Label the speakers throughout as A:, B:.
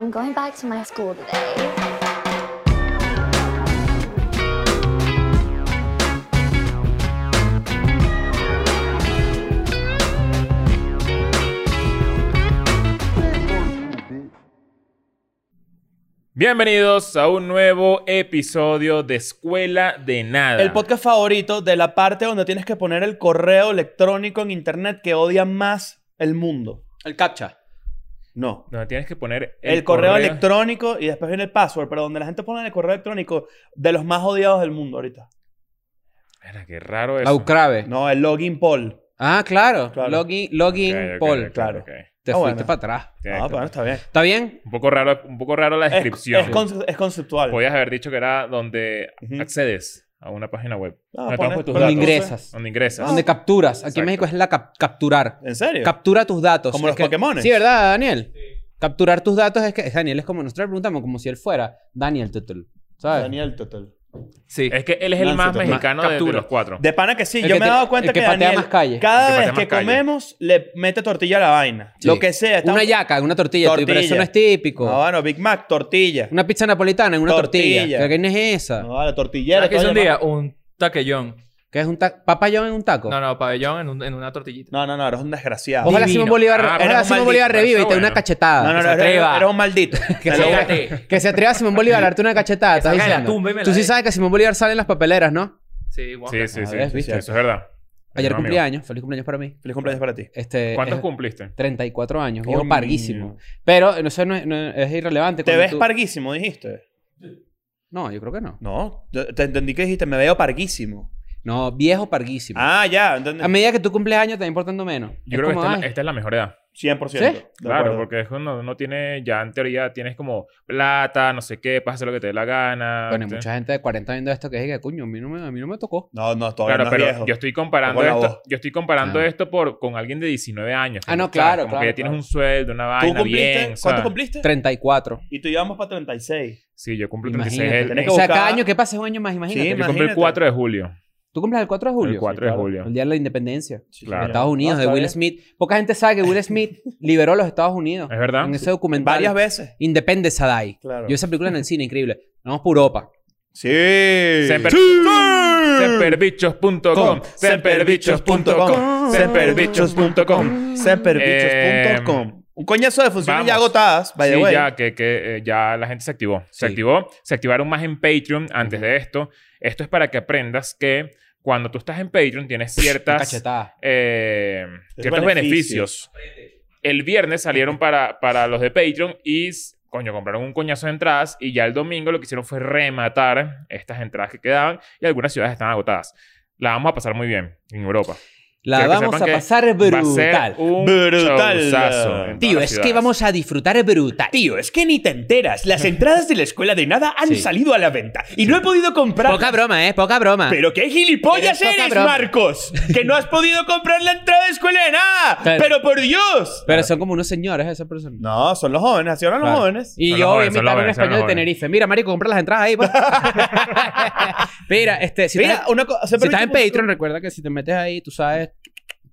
A: I'm going back to my school today.
B: Bienvenidos a un nuevo episodio de Escuela de Nada.
C: El podcast favorito de la parte donde tienes que poner el correo electrónico en internet que odia más el mundo.
D: El captcha.
C: No.
B: Donde tienes que poner
C: El, correo, electrónico y después viene el password, pero donde la gente pone el correo electrónico de los más odiados del mundo ahorita.
B: Mira, qué raro eso.
D: Aucrave.
C: No, el login poll.
D: Ah, claro.
C: Claro.
D: Login, login
B: Ok, ok,
D: Paul.
B: ok,
C: claro.
B: ok.
D: Te
C: Ah,
D: fuiste
C: bueno.
D: para atrás.
B: Ok,
C: Ah,
B: ok.
C: bueno, está bien.
D: ¿Está bien?
B: Un poco raro, un poco raro la
C: Es,
B: descripción.
C: es conce- es conceptual.
B: Podías haber dicho que era donde
C: Ujú.
B: accedes a una página web.
C: No,
B: Donde
C: pones-
B: tomas tus
C: pero
D: Donde
B: datos.
D: ingresas.
B: Donde
C: Ah.
B: ingresas.
D: Donde capturas. Aquí
B: Exacto.
D: en México es la cap- capturar.
C: ¿En serio?
D: Captura tus datos.
C: Como
D: Es
C: los Pokémones.
D: Sí, ¿verdad, Daniel? Capturar tus datos es que es Daniel es como nosotros le preguntamos como si él fuera Daniel Tuttle. ¿Sabes?
C: Daniel Total.
D: Sí.
B: Es que él es el
C: Lánzate,
B: más
C: toma.
B: mexicano de- de,
D: Captura.
B: los cuatro.
C: De pana que sí.
D: El
C: Yo
D: que
C: me he
D: te-
C: dado cuenta
D: el
C: que,
D: que patea
C: Daniel,
D: más calle.
B: El que
C: cada
B: patea
C: vez que
B: más calle.
C: comemos, le mete tortilla a la vaina.
D: Sí.
C: Lo que sea. está-
D: Una yaca, una tortilla, tú, pero eso
C: Tortilla.
D: no es típico.
C: No, bueno, Big Mac, tortilla.
D: Una pizza napolitana en una tortilla.
C: Tortilla.
D: ¿Pero ¿Qué no es esa?
C: No, la tortillera.
E: ¿Sabes qué hice
C: todo
E: un
C: llamado.
E: día? Un taquellón.
D: ¿Qué es un taco? ¿Papayón en un taco?
E: No, no, pabellón en, un- en una tortillita.
C: No, no, no, eres un desgraciado.
D: Ojalá
E: Divino.
D: Simón Bolívar,
B: Ah,
D: ojalá
C: pero
D: Simón
C: maldito,
D: Bolívar
B: pero
D: reviva y
B: está
D: te dé una
B: bueno.
D: cachetada.
C: No, no,
E: que
C: no,
E: se
C: eres,
E: atreva.
C: eres un maldito.
D: Que se,
E: Espérate.
D: que se atreva Simón Bolívar a darte una cachetada.
E: Que
D: estás
E: salga de la
D: diciendo.
E: tumba y me la
D: Tú sí
E: dé.
D: sabes que Simón Bolívar sale en las papeleras, ¿no?
E: Sí, guau.
B: Sí, sí,
D: Ah,
B: sí.
D: ves, viste.
B: Eso es verdad.
D: Ayer
B: No, amigo.
D: cumpleaños. Feliz cumpleaños para mí.
C: Feliz cumpleaños para ti.
D: Este,
B: ¿Cuántos
D: es
B: cumpliste?
D: 34 años.
C: Coño.
D: Viejo parguísimo. Pero no sé, no es, no es irrelevante.
C: Te
D: cuando
C: ves
D: tú-
C: parguísimo, dijiste.
D: No, yo creo que no.
C: No, yo te entendí que dijiste, me veo parguísimo.
D: No, viejo parguísimo.
C: Ah, ya, entendí.
D: A medida que tú cumples años te va importando menos. Es
B: Yo creo que
D: como,
B: esta, es
D: ay,
B: la- esta es la mejor edad.
C: 100%.
D: ¿Sí?
C: de
B: Claro,
C: acuerdo.
B: porque es cuando uno tiene, ya en teoría tienes como plata, no sé qué, puedes hacer lo que te dé la gana.
D: Bueno, hay
B: ¿sí?
D: mucha gente de 40 viendo esto que es que, coño, a mí no me, a mí no me tocó.
C: No, no, todavía
B: Claro,
C: no es
B: pero
C: viejo.
B: yo estoy comparando
C: Con la
B: esto,
C: voz.
B: yo estoy comparando
D: Ah.
B: esto por, con alguien de 19 años.
D: Ah, no,
B: ¿sabes?
D: claro,
B: Como
D: claro,
B: que ya tienes
D: claro.
B: un sueldo, una
C: ¿Tú
B: vaina
C: cumpliste?
B: bien,
C: ¿Cuánto
B: ¿sabes?
C: cumpliste?
D: 34.
C: Y tú llevamos para 36.
B: Sí, yo cumplo 36
D: Imagínate.
B: el-
C: Tenés que
D: o sea, cada
C: buscar-
D: año que pasa es un año más, imagínate.
C: Sí,
B: yo cumplo el
C: imagínate.
B: 4 de julio.
D: ¿Tú cumples el 4 de julio?
B: El 4 de
C: claro.
B: julio.
D: El día de la independencia.
C: Sí,
B: Claro.
D: De
C: señor.
D: Estados Unidos,
C: No,
D: de
C: está
D: Will
C: bien.
D: Smith. Poca gente sabe que Will Smith liberó a los Estados Unidos.
B: Es verdad.
D: En ese documental.
C: Varias veces.
D: Independence Day.
C: Claro.
D: Yo esa película en el cine, increíble. Vamos por Europa.
C: Sí.
B: Semper-
C: Mm.
B: Semperbichos.com
F: Mm.
B: Semperbichos.com
C: Semperbichos.com.
B: Semperbichos.com
D: Em,
C: Semperbichos.com. Un coñazo de funciones
B: vamos.
C: ya agotadas, by the
B: sí,
C: way.
B: ya que, que, eh, ya la gente se activó. Se
D: Sí.
B: activó. Se activaron más en Patreon antes de esto. Esto es para que aprendas que cuando tú estás en Patreon tienes ciertas,
D: Cachetada.
B: eh,
C: Es
B: ciertos
C: beneficios.
B: beneficios. El viernes salieron para, para los de Patreon y, s- coño, compraron un coñazo de entradas y ya el domingo lo que hicieron fue rematar estas entradas que quedaban y algunas ciudades están agotadas. La vamos a pasar muy bien en Europa.
D: La
B: Quiero que
D: vamos
B: sepan
D: a
B: que
D: pasar
B: Va a ser
D: brutal.
B: un
C: Brutal.
B: showzazo en todas
D: Tío,
B: las
D: es que
B: ciudades.
D: vamos a disfrutar brutal.
F: Tío, es que ni te enteras. Las entradas de la escuela de nada han
D: Sí.
F: salido a la venta y no he podido comprar.
D: Poca broma, ¿eh? Poca broma.
F: Pero qué gilipollas
D: Eres poca
F: eres,
D: broma.
F: Marcos. Que no has podido comprar la entrada de escuela de nada.
D: Claro.
F: Pero por Dios.
D: Pero son como unos señores esas personas.
C: No, son los jóvenes, así hablan los
D: Claro.
C: jóvenes.
D: Y
B: Son los
D: yo voy a
B: jóvenes, son
D: invitar
B: los
D: a un
B: jóvenes, son los
D: español de
B: jóvenes.
D: Tenerife. Mira, marico, compra las entradas ahí, pues. Mira, este, si
C: Mira,
D: estás-
C: una cosa.
D: si estás en
C: Semperbichos-
D: Patreon, recuerda que si te metes ahí, tú sabes,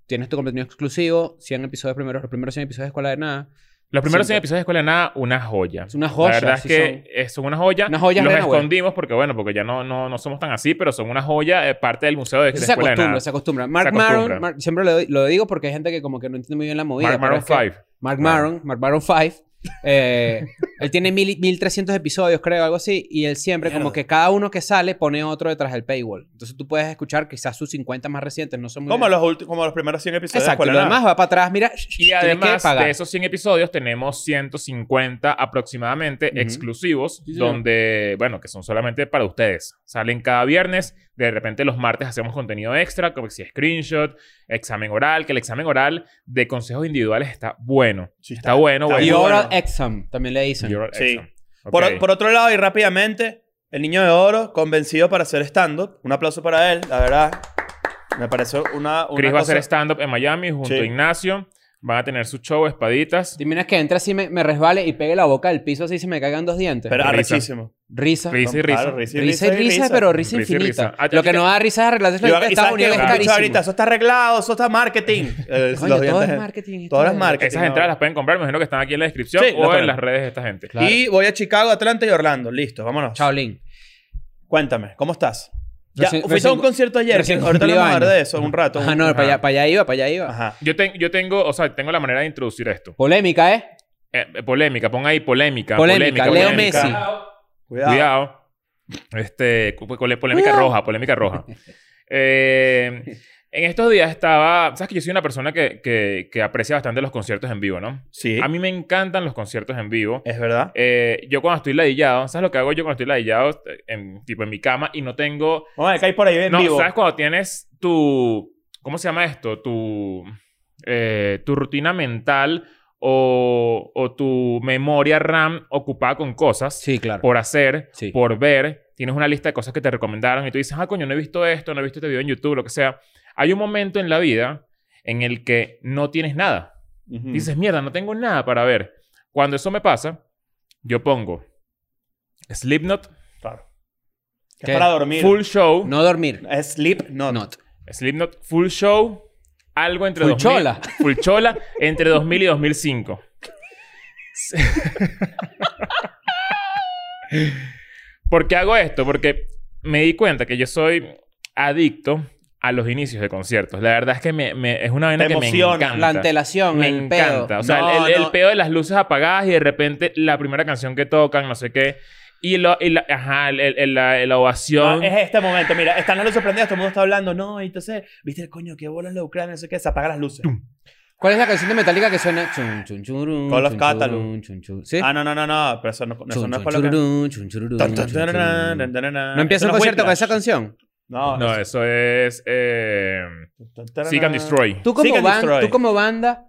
D: tienes tu contenido exclusivo, 100 episodios primeros, los primeros 100 episodios de Escuela de Nada.
B: Los primeros 100
D: Siempre.
B: episodios de Escuela de Nada, una joya.
D: Es una joya,
B: La verdad
D: sí
B: es que
D: son.
B: eh, son, una joya.
D: Unas joyas
B: Los
D: de la web.
B: escondimos porque, bueno, porque ya no, no, no somos tan así, pero son una joya eh, parte del Museo de, de
D: Eso se
B: Escuela de Nada.
D: acostumbra, se acostumbra. Mark
B: acostumbra.
D: Maron, Mark- siempre lo, lo digo porque hay gente que como que no entiende muy bien la movida.
B: Mark
D: pero
B: Maron
D: es que-
B: 5.
D: Mark
B: Claro.
D: Maron, Mark Maron 5. eh, él tiene mil, 1300 episodios, creo, algo así. Y él siempre, como que cada uno que sale, pone otro detrás del paywall. Entonces tú puedes escuchar quizás sus 50 más recientes, no son muy.
C: Como los, ulti- como los primeros 100 episodios
D: Exacto,
C: de
D: y
C: Escuela
D: lo
C: de Nada.
D: demás va para atrás. Mira,
B: Y además de esos 100 episodios tenemos 150 aproximadamente
D: Ujú.
B: exclusivos,
D: señor.
B: donde, bueno, que son solamente para ustedes. Salen cada viernes, de repente los martes hacemos contenido extra, como si screenshot, examen oral, que el examen oral de consejos individuales está bueno.
C: Sí,
B: Está bueno,
C: está
B: bueno.
D: Y
C: bueno.
D: Oral Exam también le dicen.
B: Your
C: Sí.
B: exam.
C: Por,
B: Ok.
C: por otro lado, y rápidamente, el niño de oro, convencido para hacer stand-up. Un aplauso para él, la verdad. Me pareció una. una
B: Chris va a hacer
C: cosa-
B: stand-up en Miami junto
C: Sí.
B: a Ignacio. Van a tener su show, espaditas.
D: Te imaginas que entra así, me, me resbale y pegue la boca al piso así y se me caigan dos dientes.
C: Pero
B: Qué risa.
C: arrechísimo.
D: Risa.
B: Risa y
C: Claro,
B: risa.
C: risa y
D: Risa y risa, pero risa
B: Risa y risa.
D: infinita.
B: Ah,
D: Lo que
B: es
D: no da risa es arreglar
C: Yo,
D: de
C: y
D: Estados
C: sabes que
D: Unidos
C: lo
D: es
C: que escucho
D: carísimo.
C: ahorita, eso está arreglado, eso está marketing. Eh,
D: Coño,
C: los
D: todo
C: dientes-
D: es marketing.
C: todo
D: esto
C: es
D: es-
C: marketing.
B: Esas entradas las pueden comprar, me imagino que están aquí en la descripción
C: Sí, las
B: o en
C: ponemos.
B: las redes de esta gente.
D: Claro.
C: Y voy a Chicago, Atlanta y Orlando. Listo, vámonos.
D: Chao, Lin.
C: Cuéntame, ¿cómo estás? Ya,
D: Recién-
C: fuiste a un
D: recién-
C: concierto ayer.
D: recién
C: que ahorita
D: cumplido
C: vamos a hablar
D: años.
C: de eso un rato.
D: Ajá, Ah, no,
B: Ajá.
D: para allá, para allá iba, para allá iba.
C: Ajá.
B: Yo, ten- yo tengo, o sea, tengo la manera de introducir esto.
D: Polémica, ¿eh?
B: Eh, eh, polémica, pon ahí polémica.
D: Polémica, Leo
B: polémica.
D: Messi.
C: Cuidado.
B: Cuidado. Este, cu- cu- polémica
D: Cuidado.
B: roja, polémica roja. Eh, en estos días estaba. Sabes que yo soy una persona que, que- que aprecia bastante los conciertos en vivo, ¿no?
C: Sí,
B: A mí me encantan los conciertos en vivo.
C: es verdad.
B: Eh, yo cuando estoy ladillado, ¿sabes lo que hago yo cuando estoy ladillado? En, tipo en mi cama y no tengo.
C: Vamos a ver, que hay por ahí en
B: no,
C: vivo.
B: ¿sabes cuando tienes tu. ¿Cómo se llama esto? Tu. eh, tu rutina mental o, o tu memoria RAM ocupada con cosas
D: Sí, claro.
B: por hacer,
D: Sí.
B: por ver. Tienes una lista de cosas que te recomendaron y tú dices, ah, coño, no he visto esto, no he visto este video en YouTube, lo que sea. Hay un momento en la vida en el que no tienes nada.
D: Mm.
C: Ujú.
B: Dices, mierda, no tengo nada para ver. Cuando eso me pasa, yo pongo Slipknot,
C: Que
D: ¿Qué?
C: es para dormir.
B: Full Show,
D: No dormir.
C: Es Sleep Not.
D: Not.
B: Slipknot, Full Show, algo entre
D: Full
B: 2000
D: chola.
B: Full chola, entre 2000 y 2005. ¿Por qué hago esto? Porque me di cuenta que yo soy adicto a los inicios de conciertos. La verdad es que me, me- es una vaina
C: Te
B: que me
C: emociona.
B: encanta.
D: La antelación,
B: me
D: el
B: encanta.
D: pedo.
B: O sea,
C: No,
B: el, el
C: no.
B: pedo de las luces apagadas y de repente la primera canción que tocan, no sé qué. Y, lo, y la, ajá, el- el- la, la
C: No,
B: ovación.
C: es este momento, mira, están las luces prendidas, todo el mundo está hablando, no, y entonces, viste el coño, que bolas la Ucrania, no sé qué, se apagan las luces.
D: ¿Cuál es la canción de Metallica que suena? Chun, chun, churun,
C: Call of
D: chun,
C: Cthulhu.
D: churun, chun, chun. ¿Sí?
C: Ah, no, no, no, no, pero eso no, eso
D: Chun,
C: no
D: chun,
C: es con lo que-
D: churun, chun, churun,
C: Tan, tan,
D: chun, churun.
C: tan, tan, tan, tan, tan.
D: ¿No empieza el
C: Eso es
D: concierto con
C: Whiplash.
D: esa canción?
C: No,
B: No, eso es. Eh,
C: tan,
B: Seek and
C: tan,
B: Destroy.
D: ¿Tú
C: Seek
D: como,
C: and
D: ban-
C: Destroy.
D: tú como banda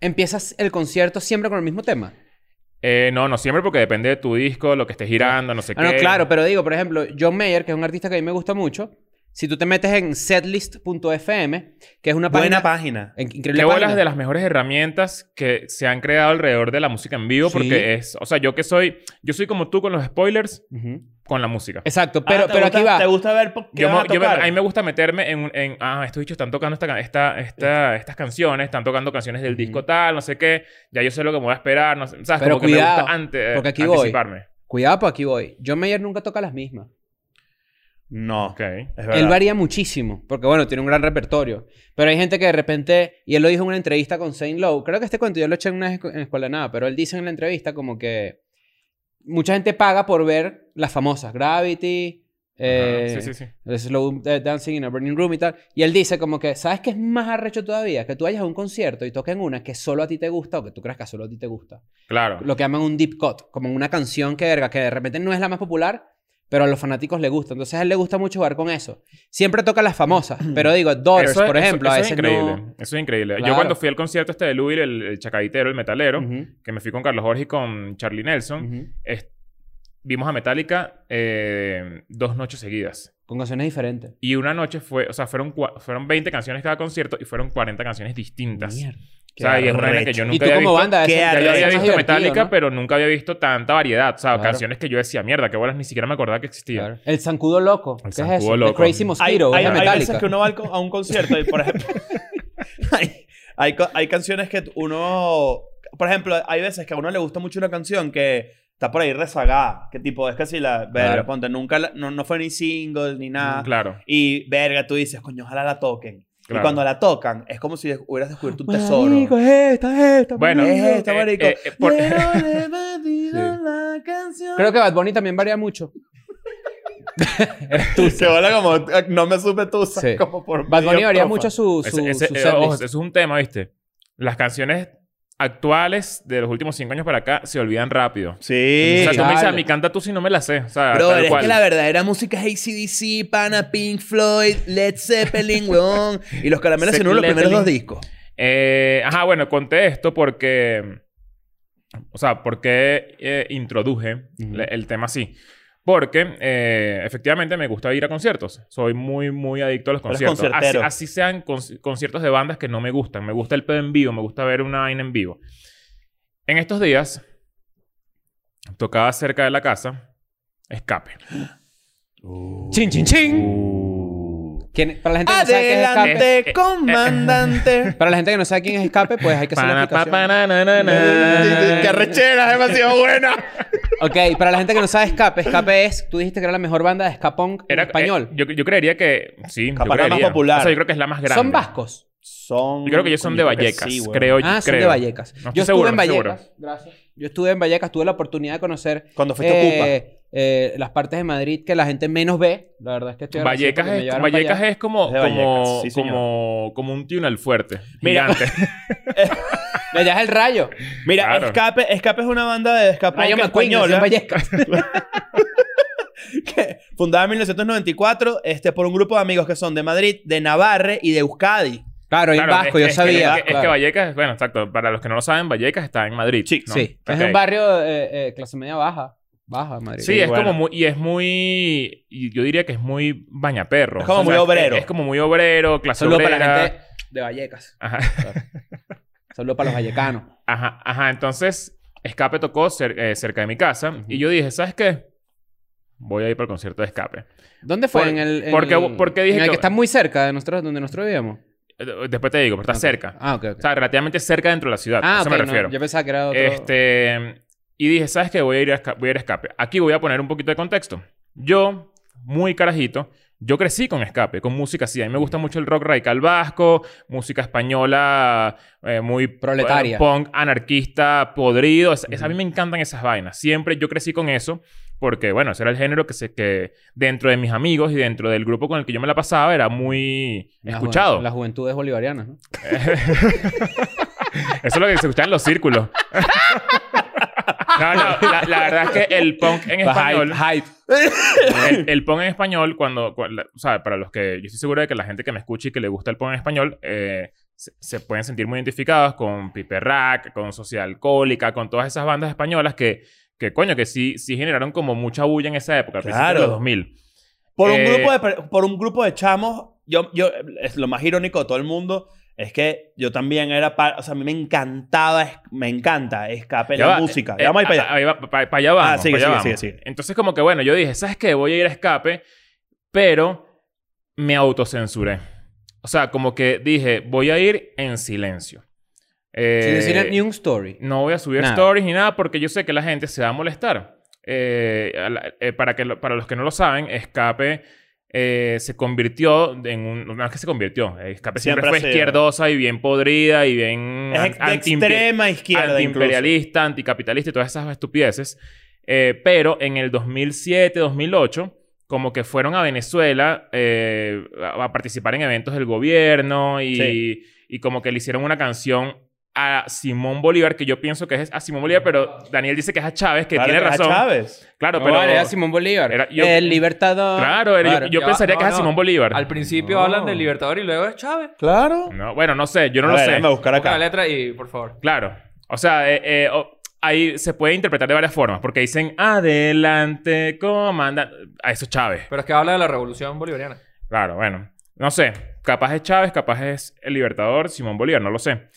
D: empiezas el concierto siempre con el mismo tema?
B: Eh, no, no siempre porque depende de tu disco, lo que estés girando, no sé
D: Ah, no,
B: qué.
D: claro, pero digo, por ejemplo, John Mayer, que es un artista que a mí me gusta mucho, si tú te metes en setlist.fm, que es una página...
C: Buena página.
D: en-
B: Qué
D: increíble
B: bolas
D: página.
B: de las mejores herramientas que se han creado alrededor de la música en vivo,
D: Sí.
B: porque es, o sea, yo que soy, yo soy como tú con los spoilers,
D: Ujú.
B: con la música.
D: Exacto,
C: Ah,
D: pero,
C: ¿te
D: pero
C: gusta-
D: aquí va.
C: ¿Te gusta ver po- qué
B: Yo
C: van
B: me-
C: a
B: yo me-
C: tocar?
B: a mí me gusta meterme en, un- en, ah, estos bichos están tocando esta, can- esta, esta- estas canciones, están tocando canciones del disco
D: Ujú.
B: tal, no sé qué, ya yo sé lo que me voy a esperar, no sé, ¿sabes?
D: Pero
B: como que me
D: cuidado,
B: gusta ante-
D: porque aquí voy.
B: anticiparme.
D: Cuidado, pues aquí voy. John Mayer nunca toca las mismas.
C: No,
B: Ok.
C: es
D: Él
C: verdad.
D: varía muchísimo, porque bueno, tiene un gran repertorio. Pero hay gente que de repente, y él lo dijo en una entrevista con Saint Lowe, creo que este cuento yo lo eché en una escu- en escuela de nada, pero él dice en la entrevista como que mucha gente paga por ver las famosas Gravity, eh,
B: Ajá, sí, sí, sí.
D: Slow Da- Dancing in a Burning Room y tal. Y él dice como que, ¿sabes qué es más arrecho todavía? Que tú vayas a un concierto y toquen una que solo a ti te gusta o que tú creas que solo a ti te gusta.
B: Claro.
D: Lo que llaman un deep cut, como una canción que verga, que de repente no es la más popular, pero a los fanáticos le gusta. Entonces a él le gusta mucho jugar con eso. Siempre toca las famosas, pero digo, Daughters,
B: Eso es-
D: por
B: eso-
D: ejemplo,
B: eso,
D: a
B: es
D: veces
B: increíble.
D: no...
B: Eso es increíble. Yo
D: Claro.
B: cuando fui al concierto este de Louis, el, el chacaditero, el metalero,
D: Ujú,
B: que me fui con Carlos Jorge y con Charlie Nelson,
D: ujú.
B: es- vimos a Metallica eh, dos noches seguidas.
D: Con canciones diferentes.
B: Y una noche fue, o sea, fueron, cua- fueron 20 canciones cada concierto y fueron 40 canciones distintas.
D: Mierda.
B: O sea,
C: Qué
B: y es una vaina que
C: arrecho.
B: yo nunca
D: Y tú
B: había
D: como
B: visto.
D: banda,
C: qué
B: Ya yo
C: arrecho.
B: había
C: Es más
B: visto Metallica, pero nunca había visto tanta variedad. O sea,
D: Claro.
B: canciones que yo decía, mierda, qué bolas, ni siquiera me acordaba que existía.
D: El zancudo loco.
B: El
D: ¿Qué es
B: zancudo
D: eso?
B: loco.
D: The Crazy Mosquito.
C: hay,
D: es de
C: hay, hay
D: Metallica.
C: veces que uno va al co- a un concierto y, por ejemplo, hay, hay co- hay canciones que uno... Por ejemplo, hay veces que a uno le gusta mucho una canción que está por ahí rezagada. Que tipo, es casi la... Verga,
D: Claro.
C: ponte, nunca... la- no, no fue ni single ni nada.
B: Mm, Claro.
C: Y, verga, tú dices, coño, ojalá la toquen.
B: Claro.
C: Y cuando la tocan, es como si des- hubieras descubierto un
D: Bueno,
C: tesoro. Este
D: amigo, es esta, es esta.
B: Bueno,
C: es esta,
B: eh,
C: marico.
B: eh, eh, por-
C: Leo de Bandido, la canción.
D: Creo que Bad Bunny también varía mucho.
C: Se vuela como... eh, No me supe tú.
D: Sí.
C: Como por
D: Bad Bunny
C: medio
D: varía
C: estrofa.
D: mucho su, su,
B: Ese- ese-
D: su
B: eh,
D: setlist.
B: ojo, eso es un tema, ¿viste? Las canciones actuales de los últimos cinco años para acá se olvidan rápido.
C: Sí.
B: o sea, tú me dices,
D: claro.
B: a mí canta tú si no me la sé. O sea,
C: Bro,
B: tal
C: es
B: cual.
C: que la verdadera música es ACDC, Pana, Pink Floyd, Led Zeppelin, weón. Y los caramelos
B: Se-
C: en uno de los primeros
B: Zeppelin.
C: dos discos.
B: Eh, ajá, bueno, conté esto porque. O sea, porque eh, introduje le- el tema así. Porque eh, efectivamente me gusta ir a conciertos. Soy muy, muy adicto a los
C: Tú eres
B: conciertos. Así,
C: conciertero.
B: así sean conci- conciertos de bandas que no me gustan. Me gusta el pedo en vivo, me gusta ver una vaina en vivo. En estos días, tocaba cerca de la casa Escape.
D: Chin, chin,
B: uh.
D: chin.
C: Uh.
D: ¿Quién- Para la gente que no sabe qué es escape.
B: Eh, eh, eh.
C: Adelante, comandante.
D: Para la gente que no sabe quién es escape, pues hay que hacer la
B: Pana, pa,
D: aplicación. Eh,
B: pa, na, na,
C: eh,
B: na, na.
C: ¡Qué arrechera! Es demasiado buena.
D: Ok, para la gente que no sabe escape, escape es, tú dijiste que era la mejor banda de escapón en
B: Era-
D: español.
B: eh, yo, yo creería que. Sí, yo
C: Capaz la más
B: creería.
C: popular.
B: O sea, yo creo que es la más grande.
D: Son vascos.
C: Son...
B: Yo creo que ellos son de
C: Coño, creo que
B: Vallecas.
C: sí, weón.
B: creo yo.
D: ah, son de
B: creo.
D: Vallecas.
B: No estoy
D: yo estuve
B: seguro,
D: en
B: no estoy
D: Vallecas. Gracias. Yo estuve en Vallecas, tuve la oportunidad de conocer
C: Cuando fuiste a Ocupa.
D: eh, las partes de Madrid que la gente menos ve. La verdad es que estoy agradecido
B: Vallecas
D: porque me
B: es,
D: llevaron para
B: Vallecas
D: allá.
B: es como,
C: Es de Vallecas,
B: como,
C: sí, señor.
B: como, como un túnel fuerte.
C: Mira.
B: Gigante.
D: De allá es el rayo.
C: Mira,
B: Claro.
C: Escape, Escape es una banda de escapón
D: Rayo
C: que
D: McQueen, nació en
B: ¿eh?
C: española
D: Vallecas.
C: que- fundada en 1994 este, por un grupo de amigos que son de Madrid, de Navarre y de Euskadi.
D: Claro, y en
B: Claro,
D: Vasco,
B: es-
D: yo
B: es que-
D: sabía.
B: es que, es que
D: claro.
B: Vallecas, bueno, exacto. Para los que no lo saben, Vallecas está en Madrid.
C: Sí,
B: ¿no?
D: Sí,
B: Ok.
D: es un barrio eh, eh, clase media baja. Baja, Madrid.
B: Sí,
C: Sí,
B: es
C: bueno.
B: como muy. Y es muy. y yo diría que es muy bañaperro.
C: Es como muy obrero.
B: Es, como muy obrero, clase
D: Solo
B: obrera.
D: para la gente de Vallecas.
B: Ajá.
D: Solo para los vallecanos.
B: Ajá, ajá. Entonces, Escape tocó cer- eh, cerca de mi casa. Y yo dije, ¿sabes qué? Voy a ir para el concierto de Escape.
D: ¿Dónde fue?
B: Por-
D: en el. en
B: porque-
D: el-
B: porque dije
D: en el que
B: que-
D: está muy cerca de nosotros, donde nosotros vivíamos.
B: Eh, Después te digo, pero está
D: Ok.
B: cerca.
D: Ah, ok, ok.
B: O sea, relativamente cerca dentro de la ciudad. a
D: Ah,
B: eso
D: ok,
B: me
D: no,
B: refiero.
D: yo pensaba que era otro.
B: Este, y dije, ¿sabes qué? Voy a, ir a esca- voy a ir a Escape. Aquí voy a poner un poquito de contexto. Yo, muy carajito, yo crecí con Escape, con música así. A mí me gusta mucho el rock radical vasco, música española eh, muy...
D: Proletaria.
B: eh, punk, anarquista, podrido. Es- es- a mí me encantan esas vainas. Siempre yo crecí con eso. Porque, bueno, ese era el género que, se, que dentro de mis amigos y dentro del grupo con el que yo me la pasaba era muy
D: La ju-
B: escuchado.
D: Las juventudes bolivarianas, ¿no?
B: Eso es lo que se escucha en los círculos. No, no, la, la verdad es que el punk en español. El, el punk en español, cuando. cua- la- o sea, para los que. Yo estoy seguro de que la gente que me escucha y que le gusta el punk en español. eh, se, se pueden sentir muy identificados con Pipe Rack, con Sociedad Alcohólica, con todas esas bandas españolas que. Que coño, que sí, sí generaron como mucha bulla en esa época, al principio de
C: Claro.
B: los 2000.
C: Por, un
B: Eh,
C: grupo de, per- por un grupo de chamos, yo, yo, es lo más irónico de todo el mundo es que yo también era... pa- o sea, a mí me encantaba, es- me encanta Escape,
B: Ya
C: la
B: va,
C: música.
B: eh,
C: Vamos a ir para
B: ah,
C: allá. Ah,
B: ahí va, pa- pa- pa allá vamos.
C: sigue,
B: pa' allá
C: sigue,
B: vamos.
C: sigue, sigue.
B: Entonces, como que bueno, yo dije, ¿sabes qué? Voy a ir a escape, pero me autocensuré. O sea, como que dije, voy a ir en silencio. Eh,
D: Sin decir ni un story.
B: No voy a subir
D: Nada.
B: stories ni nada porque yo sé que la gente se va a molestar. Eh, a la- eh, para, que lo- para los que no lo saben, escape. eh, se convirtió en un... No es que se convirtió. eh, Escape siempre,
C: Siempre ha
B: fue
C: sido.
B: izquierdosa y bien podrida y bien...
C: Es
B: an-
C: de
B: antiimpe-
C: extrema izquierda incluso.
B: antiimperialista, anticapitalista y todas esas estupideces. Eh, pero en el 2007, 2008, como que fueron a Venezuela eh, a, a participar en eventos del gobierno y,
C: Sí.
B: y como que le hicieron una canción a Simón Bolívar, que yo pienso que es a Simón Bolívar, pero Daniel dice que es a Chávez, que
C: Claro
B: tiene
C: que es a
B: razón.
C: Chávez.
B: Claro,
D: No,
B: pero...
D: vale, era Simón Bolívar.
B: Era- yo-
D: el libertador.
B: Claro, era- yo- yo,
E: Ya va,
B: pensaría que
E: no,
B: es a
E: no.
B: Simón Bolívar.
E: Al principio
C: No.
E: hablan del Libertador y luego es Chávez.
C: Claro.
B: No, bueno, no sé, yo no
C: A
B: lo
C: ver,
B: sé.
C: déjame buscar
E: Busca la
C: acá.
E: letra y, por favor.
B: Claro. O sea, eh, eh, o- ahí se puede interpretar de varias formas. Porque dicen, adelante, comanda. A eso es Chávez.
E: Pero es que habla de la revolución bolivariana.
B: Claro, bueno. No sé. Capaz es Chávez, capaz es el libertador Simón Bolívar, no lo sé.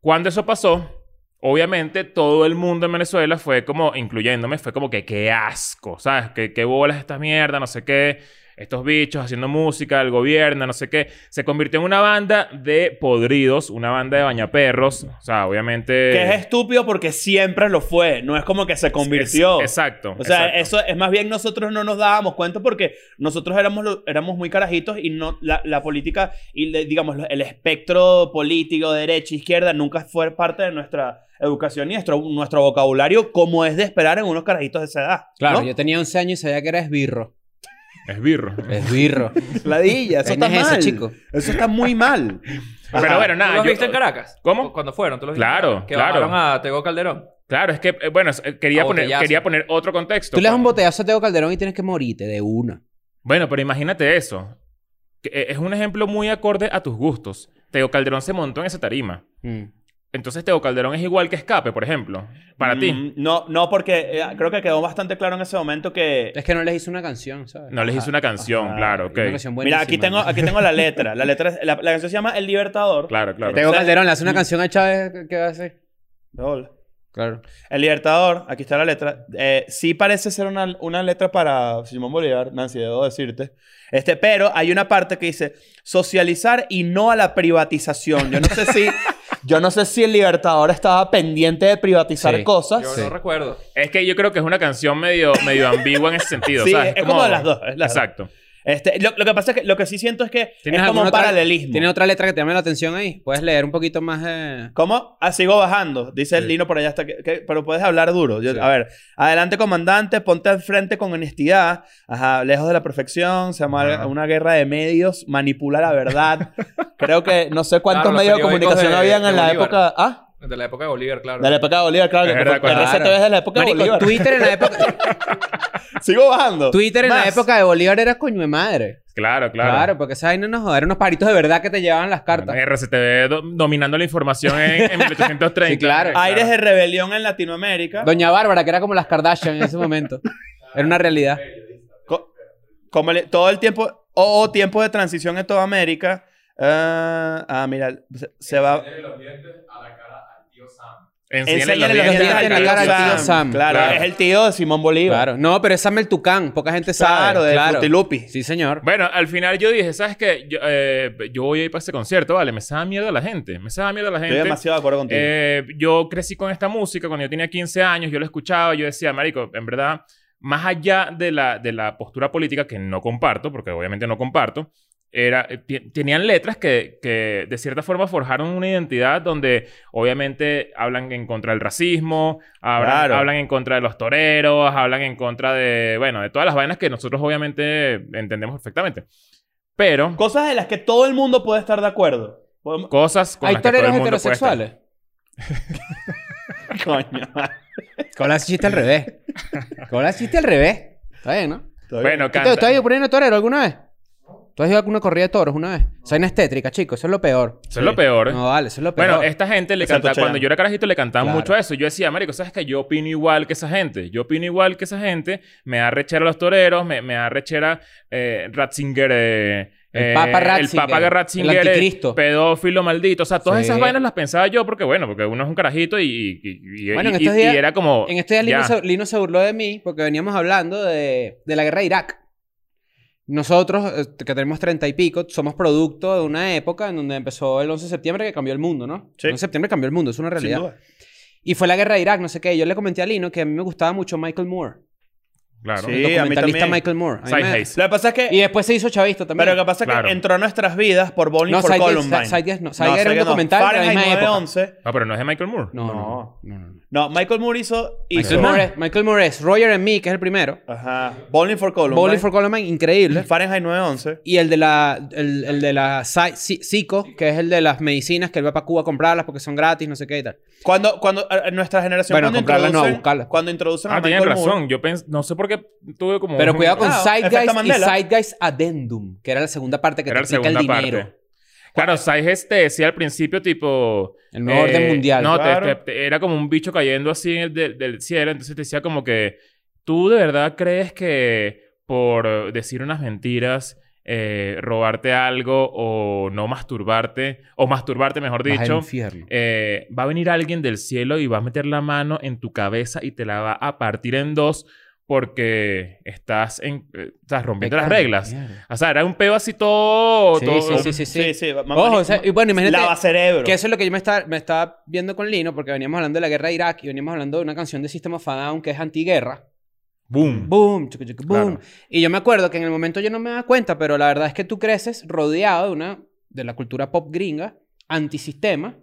B: Cuando eso pasó, obviamente todo el mundo en Venezuela fue como, incluyéndome, fue como que qué asco, ¿sabes? ¿Qué, qué bolas esta mierda, no sé qué. Estos bichos haciendo música, el gobierno, no sé qué. Se convirtió en una banda de podridos, una banda de bañaperros. O sea, obviamente...
C: Que es estúpido porque siempre lo fue. No es como que se convirtió.
B: Es- exacto.
C: O sea,
B: exacto.
C: eso es más bien nosotros no nos dábamos cuenta porque nosotros éramos, lo- éramos muy carajitos y no la, la política y le- digamos lo- el espectro político derecha izquierda nunca fue parte de nuestra educación y nuestro, nuestro vocabulario como es de esperar en unos carajitos de esa edad. ¿no?
D: Claro, yo tenía 11 años y sabía que era esbirro.
B: Es birro.
D: Esbirro.
C: Ladilla, eso
D: ¿Quién
C: está
D: es ese
C: mal.
D: chico?
C: Eso está muy mal.
B: Pero bueno,
E: ¿Tú
B: nada.
E: los
B: yo-
E: viste en Caracas?
B: ¿Cómo?
E: Cuando fueron, tú los viste. en
B: Claro,
E: Caracas? Que
B: claro.
E: bajaron a Tego Calderón.
B: Claro, es que, eh, bueno, es- eh, quería
E: A
B: poner,
E: botellazo.
B: quería poner otro contexto.
D: Tú le das un
B: pues.
D: botellazo a Teo Calderón y tienes que morirte de una.
B: Bueno, pero imagínate eso. Que, eh, es un ejemplo muy acorde a tus gustos. Teo Calderón se montó en esa tarima.
D: Mm.
B: Entonces Teo Calderón es igual que Escape, por ejemplo. Para
C: Mm,
B: ti.
C: No, no, porque eh, creo que quedó bastante claro en ese momento que
D: Es que no les hice una canción, ¿sabes?
B: No les hice una canción,
C: Ajá.
B: claro, ok.
D: Una canción
C: Mira, aquí tengo,
D: buenísima.
C: aquí tengo la letra. La letra es- la, la canción se llama El Libertador.
B: Claro, claro.
C: Te-
D: Teo
C: o sea,
D: Calderón le hace una canción a Chávez. ¿Qué va a hacer?
C: Hola.
D: Claro.
C: El Libertador, aquí está la letra. Eh, sí parece ser una, una letra para Simón Bolívar, Nancy, debo decirte. Este, pero hay una parte que dice socializar y no a la privatización. Yo no sé si, yo no sé si el Libertador estaba pendiente de privatizar
D: Sí.
E: Yo
C: cosas.
D: Sí.
E: no recuerdo.
B: Es que yo creo que es una canción medio, medio ambigua en ese sentido.
C: Sí,
B: ¿sabes?
C: es como de las dos, es las dos.
B: Exacto.
C: Este, lo, lo que pasa es que lo que sí siento es que es como un
D: alguna otra-
C: paralelismo.
D: ¿Tienes otra letra que te llame la atención ahí? Puedes leer un poquito más eh, de...
C: ¿Cómo? Ah, sigo bajando. Dice el
D: Sí.
C: Lino por allá hasta que, que- Pero puedes hablar duro. Yo-
D: Sí.
C: A ver. Adelante, comandante. Ponte al frente con honestidad. Ajá. Lejos de la perfección. Se llama
B: Ajá.
C: una guerra de medios. Manipula la verdad. Creo que no sé cuántos
E: Claro, los
C: medios de
E: periódicos
C: comunicación
E: de-
C: habían
E: de
C: en la
E: Bolívar.
C: época... ¿Ah?
E: De la época de Bolívar, claro.
C: De la época de Bolívar, claro.
B: Es
C: que
B: verdad,
C: fue-
B: claro.
C: RCTV es de la época de
D: Marico,
C: Bolívar.
D: Twitter en la época,
C: Sigo bajando.
D: Twitter en la
C: Más.
D: época de Bolívar era coño de madre.
B: Claro, claro.
D: Claro. porque esa vaina nos joder. Unos paritos de verdad que te llevaban las cartas.
B: RCTV do- dominando la información en, en 1830.
D: Sí, claro.
C: Aires de rebelión en Latinoamérica.
D: Doña Bárbara, que era como las Kardashian en ese momento. Era una realidad.
C: Co- como le- todo el tiempo, o o tiempo de transición en toda América. Ah, ah, mira, se, se va.
B: Enséñale los
C: Enséñale los
D: dientes
B: dientes.
C: dientes
D: en la
C: al
D: cara al
C: tío
D: tío
C: Sam.
D: Sam.
C: Claro,
B: Claro.
C: es el tío de Simón Bolívar.
D: Claro. No, pero es Samuel Tucán. Poca gente sabe.
C: Claro, de
D: claro.
C: Frutilupi.
D: Sí, señor.
B: Bueno, al final yo dije, ¿sabes qué? Yo, eh, yo voy a ir para ese concierto, vale. Me sabe mierda la gente. Me sabe mierda la gente.
C: Estoy demasiado de acuerdo contigo.
B: Eh, yo crecí con esta música cuando yo tenía 15 años, yo lo escuchaba, yo decía, Marico, en verdad, más allá de la, de la postura política que no comparto, porque obviamente no comparto, era, eh, ti- tenían letras que, que de cierta forma forjaron una identidad donde obviamente hablan en contra del racismo, hablan,
C: Claro.
B: hablan en contra de los toreros, hablan en contra de, bueno, de todas las vainas que nosotros obviamente entendemos perfectamente. Pero
C: Cosas de las que todo el mundo puede estar de acuerdo. Podemos-
B: cosas con
D: ¿Hay
B: las que todo el
D: toreros
B: mundo puede estar.
D: heterosexuales?
C: Coño.
D: Con la chiste al revés. Con la chiste al revés. Está bien, ¿no?
B: Bueno,
D: ¿Tú,
B: canta.
D: tú has ido poniendo torero alguna vez? ¿Tú has ido a alguna corrida de toros una vez? Esa vaina es tétrica, chicos. Eso es lo peor.
B: Eso es lo peor.
D: No, vale. Eso es lo peor.
B: Bueno, esta gente le
C: Exacto,
B: cantaba,
C: Chayanne.
B: cuando yo era carajito le cantaban
D: Claro.
B: mucho eso. Yo decía, Marico, ¿sabes qué? Yo opino igual que esa gente. Yo opino igual que esa gente. Me da rechera los toreros, me, me da rechera eh, Ratzinger. eh,
D: El
B: eh,
D: Papa
B: El
D: Ratzinger,
B: Papa que Ratzinger.
D: el
B: eh,
D: anticristo.
B: Pedófilo maldito. O sea, todas
D: Sí.
B: esas vainas las pensaba yo porque, bueno, porque uno es un carajito y, y- y- y-
D: Bueno, en
B: y-
D: estos
B: y
D: días-
B: era como.
D: En estos días
B: ya.
D: Lino se, Lino se burló de mí porque veníamos hablando de, de la guerra de Irak. Nosotros, eh, que tenemos treinta y pico, somos producto de una época en donde empezó el 11 de septiembre que cambió el mundo, ¿no?
C: Sí.
D: El 11 de septiembre cambió el mundo, es una
C: Sin
D: realidad.
C: duda.
D: Y fue la guerra de Irak, no sé qué. Yo le comenté a Lino que a mí me gustaba mucho Michael Moore.
B: Claro.
C: Sí.
D: El
C: a mí
D: documentalista
C: también.
D: Michael Moore. A mí me-
B: Sideways.
C: Lo que pasa es
D: Y
C: que.
D: después se hizo chavista también.
C: Pero lo que pasa es que
B: Claro.
C: entró a nuestras vidas por Bowling
D: no,
C: for Columbine.
D: Sideways, Sideways no. Sideways era un
C: Sideways no.
D: documental de la
C: Fahrenheit
D: misma época.
C: 911.
B: Ah, pero no es de Michael Moore.
D: No, no,
C: No.
D: no. no, no.
C: No, Michael Moore hizo. hizo-
D: Michael, Moore es, Michael Moore es Roger and Me, que es el primero.
C: Ajá. Bowling for Columbine.
D: Bowling for Columbine, increíble.
C: Fahrenheit 911.
D: Y el de la, el, el de la Psy- Psy- Psico, que es el de las medicinas que él va para Cuba a comprarlas porque son gratis, no sé qué y tal.
C: Cuando, cuando a- a nuestra generación
D: Bueno,
C: cuando
D: comprarla no,
C: introducen,
D: buscarla.
C: cuando introducen
B: Ah,
C: a
B: tenían
C: Michael
B: razón.
C: Moore,
B: Yo pensé, no sé por qué tuve como.
D: Pero
B: un-
D: cuidado con
C: Ah,
D: Side
C: efecto
D: Guys y
C: Mandela.
D: Side Guys Addendum, que era la segunda parte que
B: Era
D: te
B: la
D: explica el
B: segunda
D: dinero.
B: parte. Claro, Sideways te decía al principio, tipo.
D: El nuevo orden mundial.
B: Eh, No, te-
C: Claro.
B: te- te- era como un bicho cayendo así en el del- del cielo. Entonces te decía como que, ¿tú de verdad crees que por eh, decir unas mentiras, eh, robarte algo o no masturbarte, o masturbarte mejor
D: Vas al
B: dicho,
D: infierno.
B: eh, va a venir alguien del cielo y va a meter la mano en tu cabeza y te la va a partir en dos porque estás, en, eh, estás rompiendo las
D: Pecado,
B: reglas?
D: mierda.
B: O sea, era un peo así todo...
D: Sí,
B: todo-
D: sí, sí, sí, sí.
C: Sí, sí. mamá-
D: Ojo, o sea, y bueno, imagínate
C: Lava cerebro.
D: que eso es lo que yo me estaba, me estaba viendo con Lino, porque veníamos hablando de la guerra de Irak y veníamos hablando de una canción de System of a Down que es antiguerra.
B: Boom.
D: Boom, chucu, chucu, boom.
B: Claro.
D: Y yo me acuerdo que en el momento yo no me daba cuenta, pero la verdad es que tú creces rodeado de una de la cultura pop gringa antisistema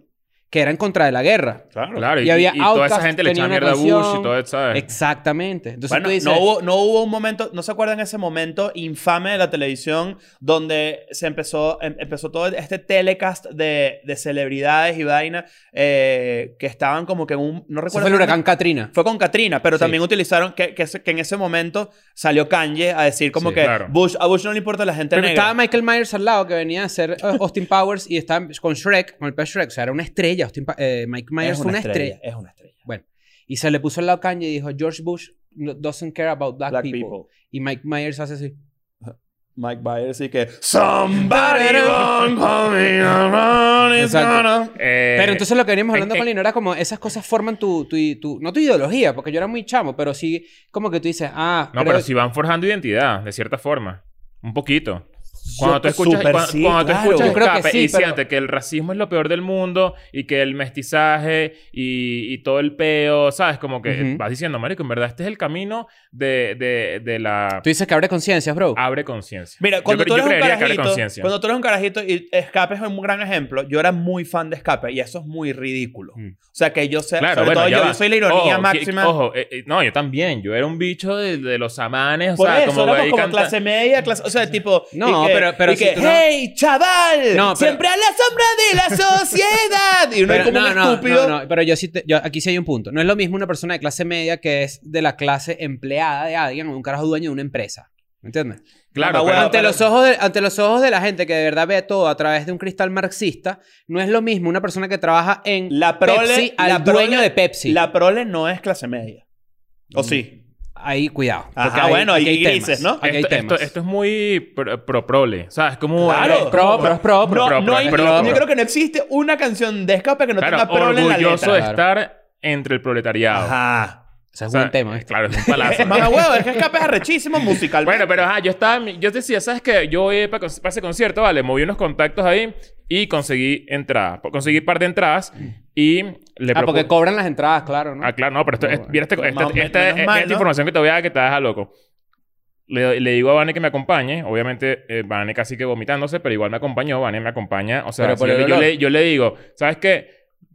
D: que era en contra de la guerra.
C: Claro.
B: Claro, y,
D: Y había
B: y- y toda esa
D: Outkast,
B: gente le
D: tenía
B: echaba
D: una
B: mierda a Bush y
D: canción.
B: todo eso, ¿sabes?
D: Exactamente. Entonces
C: Bueno,
D: tú dices,
C: no, hubo, no hubo un momento, ¿no se acuerdan ese momento infame de la televisión donde se empezó, em- empezó todo este telecast de, de celebridades y vaina eh, que estaban como que en un, no
D: ese
C: recuerdo.
D: fue el
C: si-
D: huracán Katrina.
C: Fue con Katrina, pero
D: Sí.
C: también utilizaron que, que, se- que en ese momento salió Kanye a decir como
D: Sí,
C: que
B: claro.
C: Bush, a Bush no le importa la gente
D: Pero
C: negra.
D: estaba Michael Myers al lado que venía a hacer eh, Austin Powers y estaba con Shrek, con el pez Shrek. O sea, era una estrella. Austin Pa- eh, Mike Myers
C: es
D: fue una estrella.
C: Es una estrella.
D: Y se le puso al lado Kanye y dijo, George Bush no- doesn't care about black,
C: Black
D: people.
C: people.
D: Y Mike Myers hace así.
C: Mike Byers y que Somebody gonna come in around is
D: Exacto.
C: gonna-"
B: Eh,
D: Pero entonces lo que veníamos hablando
B: en-
C: eh,
D: con Lino era como esas cosas forman tu, tu, tu- no tu ideología, porque yo era muy chamo, pero sí como que tú dices, ah,
B: No,
D: creo-
B: pero si van forjando identidad, de cierta forma. Un poquito. Cuando tú escuchas,
C: Súper
B: cuando,
C: sí,
B: cuando tú
C: claro.
B: escuchas
D: Yo creo que
B: escape
D: sí,
B: y
D: pero-
B: sientes que el racismo es lo peor del mundo y que el mestizaje y, y todo el peo, ¿sabes? Como que
D: Ujú.
B: vas diciendo, marico, en verdad este es el camino de, de, de la...
D: tú dices que abre conciencias, bro.
C: Ah,
B: Abre conciencia.
C: Mira,
B: Yo
C: cuando
B: cre-
C: tú
B: yo
C: eres un
B: creería que abre
C: carajito,
B: conciencia.
C: cuando tú eres un carajito y Escape es un gran ejemplo, yo era muy fan de Escape y eso es muy ridículo.
D: Mm.
C: O sea, que yo sé,
B: Claro,
C: sobre
B: bueno,
C: todo
B: ya
C: yo,
B: va.
C: yo soy la ironía
B: Ojo,
C: máxima.
B: que- ojo, eh, eh, no, yo también. Yo era un bicho de, de los amanes, o
C: Por
B: sea,
C: eso,
B: como,
C: éramos
B: ahí
C: como
B: canta-
C: clase media, clase, o sea, tipo,
D: No,
C: y que-
D: pero- pero
C: y
D: si
C: que,
D: tú no-
C: hey, chaval,
D: No, pero-
C: siempre a la sombra de la sociedad. Y uno es
D: Pero
C: como
D: no,
C: un
D: no,
C: estúpido.
D: no, no, pero yo sí te- yo- aquí sí hay un punto. No es lo mismo una persona de clase media que es de la clase empleada de alguien o un carajo dueño de una empresa. ¿Me entiendes?
B: Claro,
C: Mamá,
B: pero-
C: huevo,
D: ante, los ojos de, ante los ojos de la gente que de verdad ve todo a través de un cristal marxista, no es lo mismo una persona que trabaja en
C: La prole,
D: Pepsi al
C: la
D: dueño
C: prole-
D: de Pepsi.
C: La prole no es clase media.
B: Mm.
C: ¿O sí?
D: Ahí, cuidado.
C: Ajá,
D: porque hay-
C: bueno,
D: aquí
C: hay
D: hay
C: grises,
D: temas.
C: ¿no?
D: Aquí hay
B: esto,
D: temas.
B: esto- esto es muy pro- pro-prole. o sea, es como... eh,
C: Claro.
B: es
D: Pro,
B: como-
D: pro, es pro, pro,
C: No,
B: pro,
C: no hay-
B: pro,
C: yo
B: pro.
C: creo que no existe una canción de escape que no
B: Claro,
C: tenga prole en la
B: orgulloso
C: letra.
B: de
D: Claro.
B: estar entre el proletariado.
C: Ajá.
D: O sea,
B: O
D: es
B: sea,
D: un tema. ¿viste?
B: Claro, es un palazo.
C: Mamá huevo, es que escape es arrechísimo musical.
B: bueno, pero ajá, yo estaba... en mi- Yo decía, ¿sabes qué? Yo voy para, ese concierto, vale. Moví unos contactos ahí y conseguí entradas. Po- Conseguí par de entradas y le
D: Ah, porque
B: propuse-
D: cobran las entradas, claro, ¿no?
B: Ah, claro, no, pero esto,
D: No,
B: es-
D: bueno.
B: mira este- este-
C: Pues Más o menos,
B: esta-
C: menos
B: esta-
C: mal,
B: esta
C: ¿no?
B: información que te voy a dar que te deja loco. Le, le digo a Vane que me acompañe. Obviamente, eh, Vane casi que vomitándose, pero igual me acompañó. Vane me acompaña. O sea,
D: Pero
B: si
D: por
B: yo,
D: el
B: le- yo
D: olor.
B: le, yo le digo, ¿sabes qué?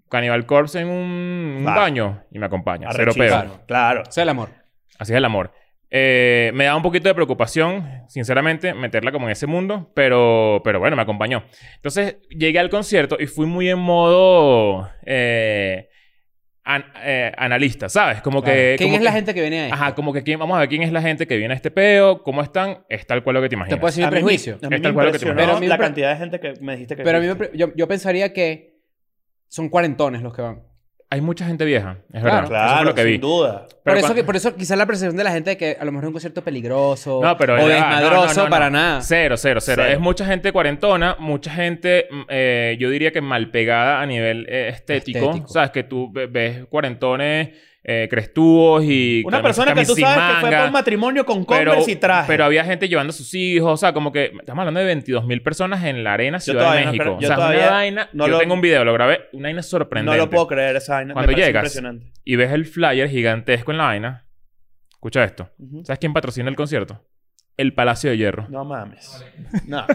B: Cannibal Corpse en un, un
C: Ah.
B: baño y me acompaña. Cero
C: Arrechísimo.
B: pedo.
D: Claro.
C: Claro.
D: O sea, el amor.
B: Así es el amor. Eh, me da un poquito de preocupación, sinceramente, meterla como en ese mundo, pero, pero bueno, me acompañó. Entonces llegué al concierto y fui muy en modo eh, an- eh, analista, ¿sabes? Como que...
D: ¿Quién
B: como
D: es la
B: que-
D: gente que viene ahí?
B: Ajá, como que quién, vamos a ver quién es la gente que viene a este peo, cómo están, es tal cual lo que te
D: Te
B: imaginas.
D: puedo decir
C: A
D: mi
C: mí me-
D: prejuicio.
C: a mí
B: Es
C: me
B: tal cual lo que te
C: impresionó
D: imaginas. Pero a mí me
C: la
D: pre-
C: cantidad de gente que me dijiste que...
D: Pero a mí me pre- yo, yo pensaría que son cuarentones los que van.
B: Hay mucha gente vieja, es
D: Claro.
B: verdad. eso fue lo que vi.
C: sin duda.
B: Pero
D: por, eso
B: cuan-
D: que, por eso quizás la percepción de la gente de que a lo mejor es un concierto peligroso
B: No, pero
D: o
B: ya va. No,
D: desmadroso
B: no, no, no.
D: para nada.
B: Cero, cero, cero,
C: Cero.
B: Es mucha gente cuarentona, mucha gente, mm, eh, yo diría que mal pegada a nivel eh, estético.
D: Estético.
B: Sabes que tú ve- ves cuarentones, eh, crestudos y.
C: Una
B: cami-
C: persona que
B: camis
C: tú
B: sin
C: sabes que fue
B: manga,
C: por un matrimonio con
B: pero-
C: Converse y traje.
B: Pero había gente llevando a sus hijos, o sea, como que estamos hablando de 22 mil personas en la arena Ciudad
C: todavía
B: de
C: no
B: México.
C: creo-
B: o
C: yo
B: sea, es
C: todavía
B: una vaina.
C: no
B: yo
C: lo-
B: tengo un video, lo grabé, una vaina
C: no
B: sorprendente.
C: lo puedo creer esa vaina. me
B: Cuando
C: parece
B: llegas.
C: Impresionante.
B: Y ves el flyer gigantesco en la vaina. Escucha esto.
C: Ujú.
B: ¿Sabes quién patrocina el concierto? El Palacio de Hierro.
C: No mames. No.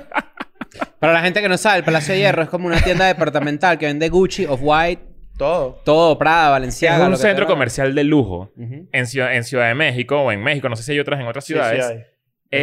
D: Para la gente que no sabe, el Palacio de Hierro es como una tienda departamental que vende Gucci, Off-White,
C: Todo.
D: todo, Prada, Valenciaga.
B: es
D: lo
B: un
D: que te
B: centro
D: da.
B: comercial de lujo
D: Ujú.
B: en Ciudad, en Ciudad de México o en México, no sé si hay otras en otras
C: Sí,
B: ciudades.
C: sí hay.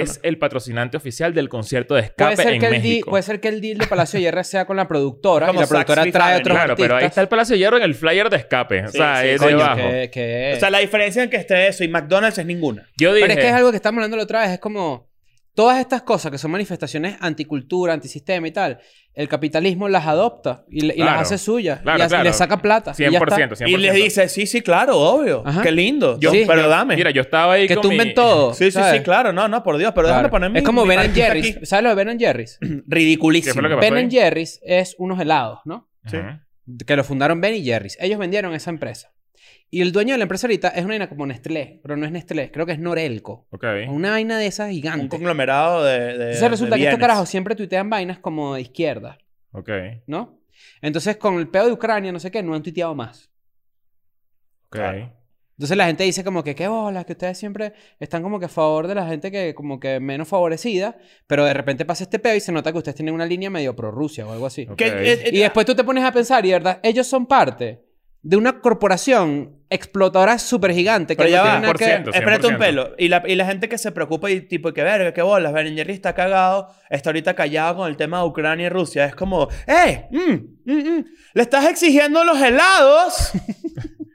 B: Es el patrocinante oficial del concierto de escape
D: Puede ser,
B: en
D: que el pues, deal,
B: México.
D: puede ser que el deal de Palacio de Hierro sea con la productora y
C: Como
D: la productora
C: Saks Fifth
D: trae
C: Avenue.
D: otros
B: claro,
D: artistas.
B: pero ahí está el Palacio de Hierro en el flyer de escape. o
C: Sí,
B: sea,
C: sí,
B: es
C: coño,
B: de
D: Coño,
B: abajo.
D: que- que-
C: O sea, la diferencia en que esté eso y McDonald's es ninguna.
B: Yo dije,
D: Pero es que es algo que estamos hablando la otra vez. Es como todas estas cosas que son manifestaciones anticultura, antisistema y tal. El capitalismo las adopta y, le- y
B: Claro.
D: las hace suyas.
B: Claro,
D: y hace-
B: claro.
D: le saca plata. y ya está.
B: 100%, 100%.
C: Y les dice, sí, sí, claro, obvio.
D: Ajá.
C: Qué lindo.
D: Yo-
C: Sí,
D: Sí.
C: pero dame.
B: Mira, yo estaba ahí
D: Que
B: con
D: tumben
B: mi-
D: todo.
C: sí, sí, sí,
D: ¿sabes?
C: claro. No, no, por Dios. Pero déjame
D: Claro.
C: poner mi-
D: Es como
C: mi
D: Ben and
C: marquita aquí.
D: Jerry's. ¿Sabes lo de Ben and Jerry's?
B: ¿Qué fue
C: Ridiculísimo.
B: lo que pasó
D: Ben
B: ahí?
D: and Jerry's es unos helados, ¿no?
B: Ajá.
C: Sí.
D: que lo fundaron Ben y Jerry's. Ellos vendieron esa empresa. Y el dueño de la empresa ahorita es una vaina como Nestlé, pero no es Nestlé, creo que es Norelco.
B: Ok.
D: Una vaina de esas
C: Un
D: gigante.
C: conglomerado de. de
D: Entonces resulta
C: de
D: que este estos
C: bienes.
D: carajos siempre tuitean vainas como de izquierda,
B: Ok.
D: ¿no? Entonces con el pedo de Ucrania, no sé qué, no han tuiteado más.
B: Ok.
C: Claro.
D: Entonces la gente dice como que qué bolas, que ustedes siempre están como que a favor de la gente que como que menos favorecida, pero de repente pasa este pedo y se nota que ustedes tienen una línea medio prorrusia o algo así.
B: Ok.
C: Que- eh, eh,
D: Y después tú te pones a pensar, y de verdad, ellos son parte de una corporación explotadora súper gigante que
C: Pero ya
D: no
C: va.
D: tiene nada que...
B: 100%.
C: Espérate un pelo. Y la, y la gente que se preocupa y tipo, que verga, qué bolas, Ben Jerry está cagado, está ahorita callado con el tema de Ucrania y Rusia. Es como, ¡eh! mm, mm, mm, ¡Le estás exigiendo los helados!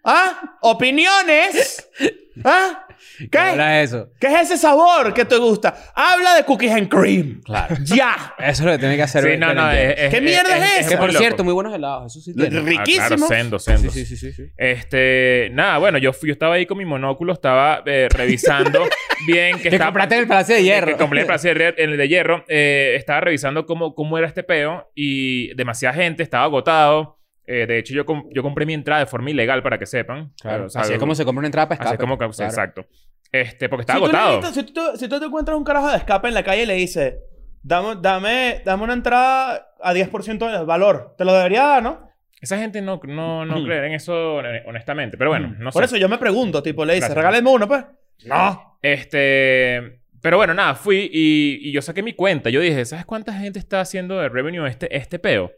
C: ¿Ah? ¿Opiniones? ¿Ah?
D: ¿Qué?
C: ¿Qué?
D: Habla de eso.
C: ¿Qué es ese sabor que te gusta? Habla de cookies and cream.
D: Claro.
C: Ya.
D: Eso es lo que tiene que hacer.
B: Sí,
D: Ber-
B: no, no.
D: Berenjena.
B: es- es-
C: ¿Qué mierda es esa?
D: que por
B: muy loco.
D: cierto, muy buenos helados. Eso sí tiene.
B: Ah, claro,
C: Riquísimo.
B: sendo, sendo.
D: Sí, sí, sí, sí.
B: Este, nada, bueno, yo, fui, yo estaba ahí con mi monóculo, estaba eh, revisando bien que
D: Que
B: estaba.
D: compraste en el Palacio de
B: que-
D: Hierro.
B: que compré el Palacio de Hierro- el de hierro. eh, estaba revisando cómo, cómo era este peo y demasiada gente, estaba agotado. Eh, de hecho, yo, com- yo compré mi entrada de forma ilegal, para que sepan.
D: Claro,
B: O sea,
D: así es como se compra una entrada para
B: así es
D: escape.
B: como que- sí,
D: Claro.
B: Exacto. Este, porque estaba
C: Si tú le
B: agotado.
C: dices- si, tú, si tú te encuentras un carajo de escape en la calle y le dices, dame, dame, dame una entrada a 10% del valor, te lo debería dar, ¿no?
B: Esa gente no, no, no
D: Mm.
C: Ujú.
B: creer en eso, eh, honestamente. Pero bueno, no sé.
C: Por eso yo me pregunto, tipo, le dices,
B: Gracias.
C: regálenme uno, pues. No.
B: Este. Pero bueno, nada, fui y, y yo saqué mi cuenta. Yo dije, ¿sabes cuánta gente está haciendo de revenue este, este peo?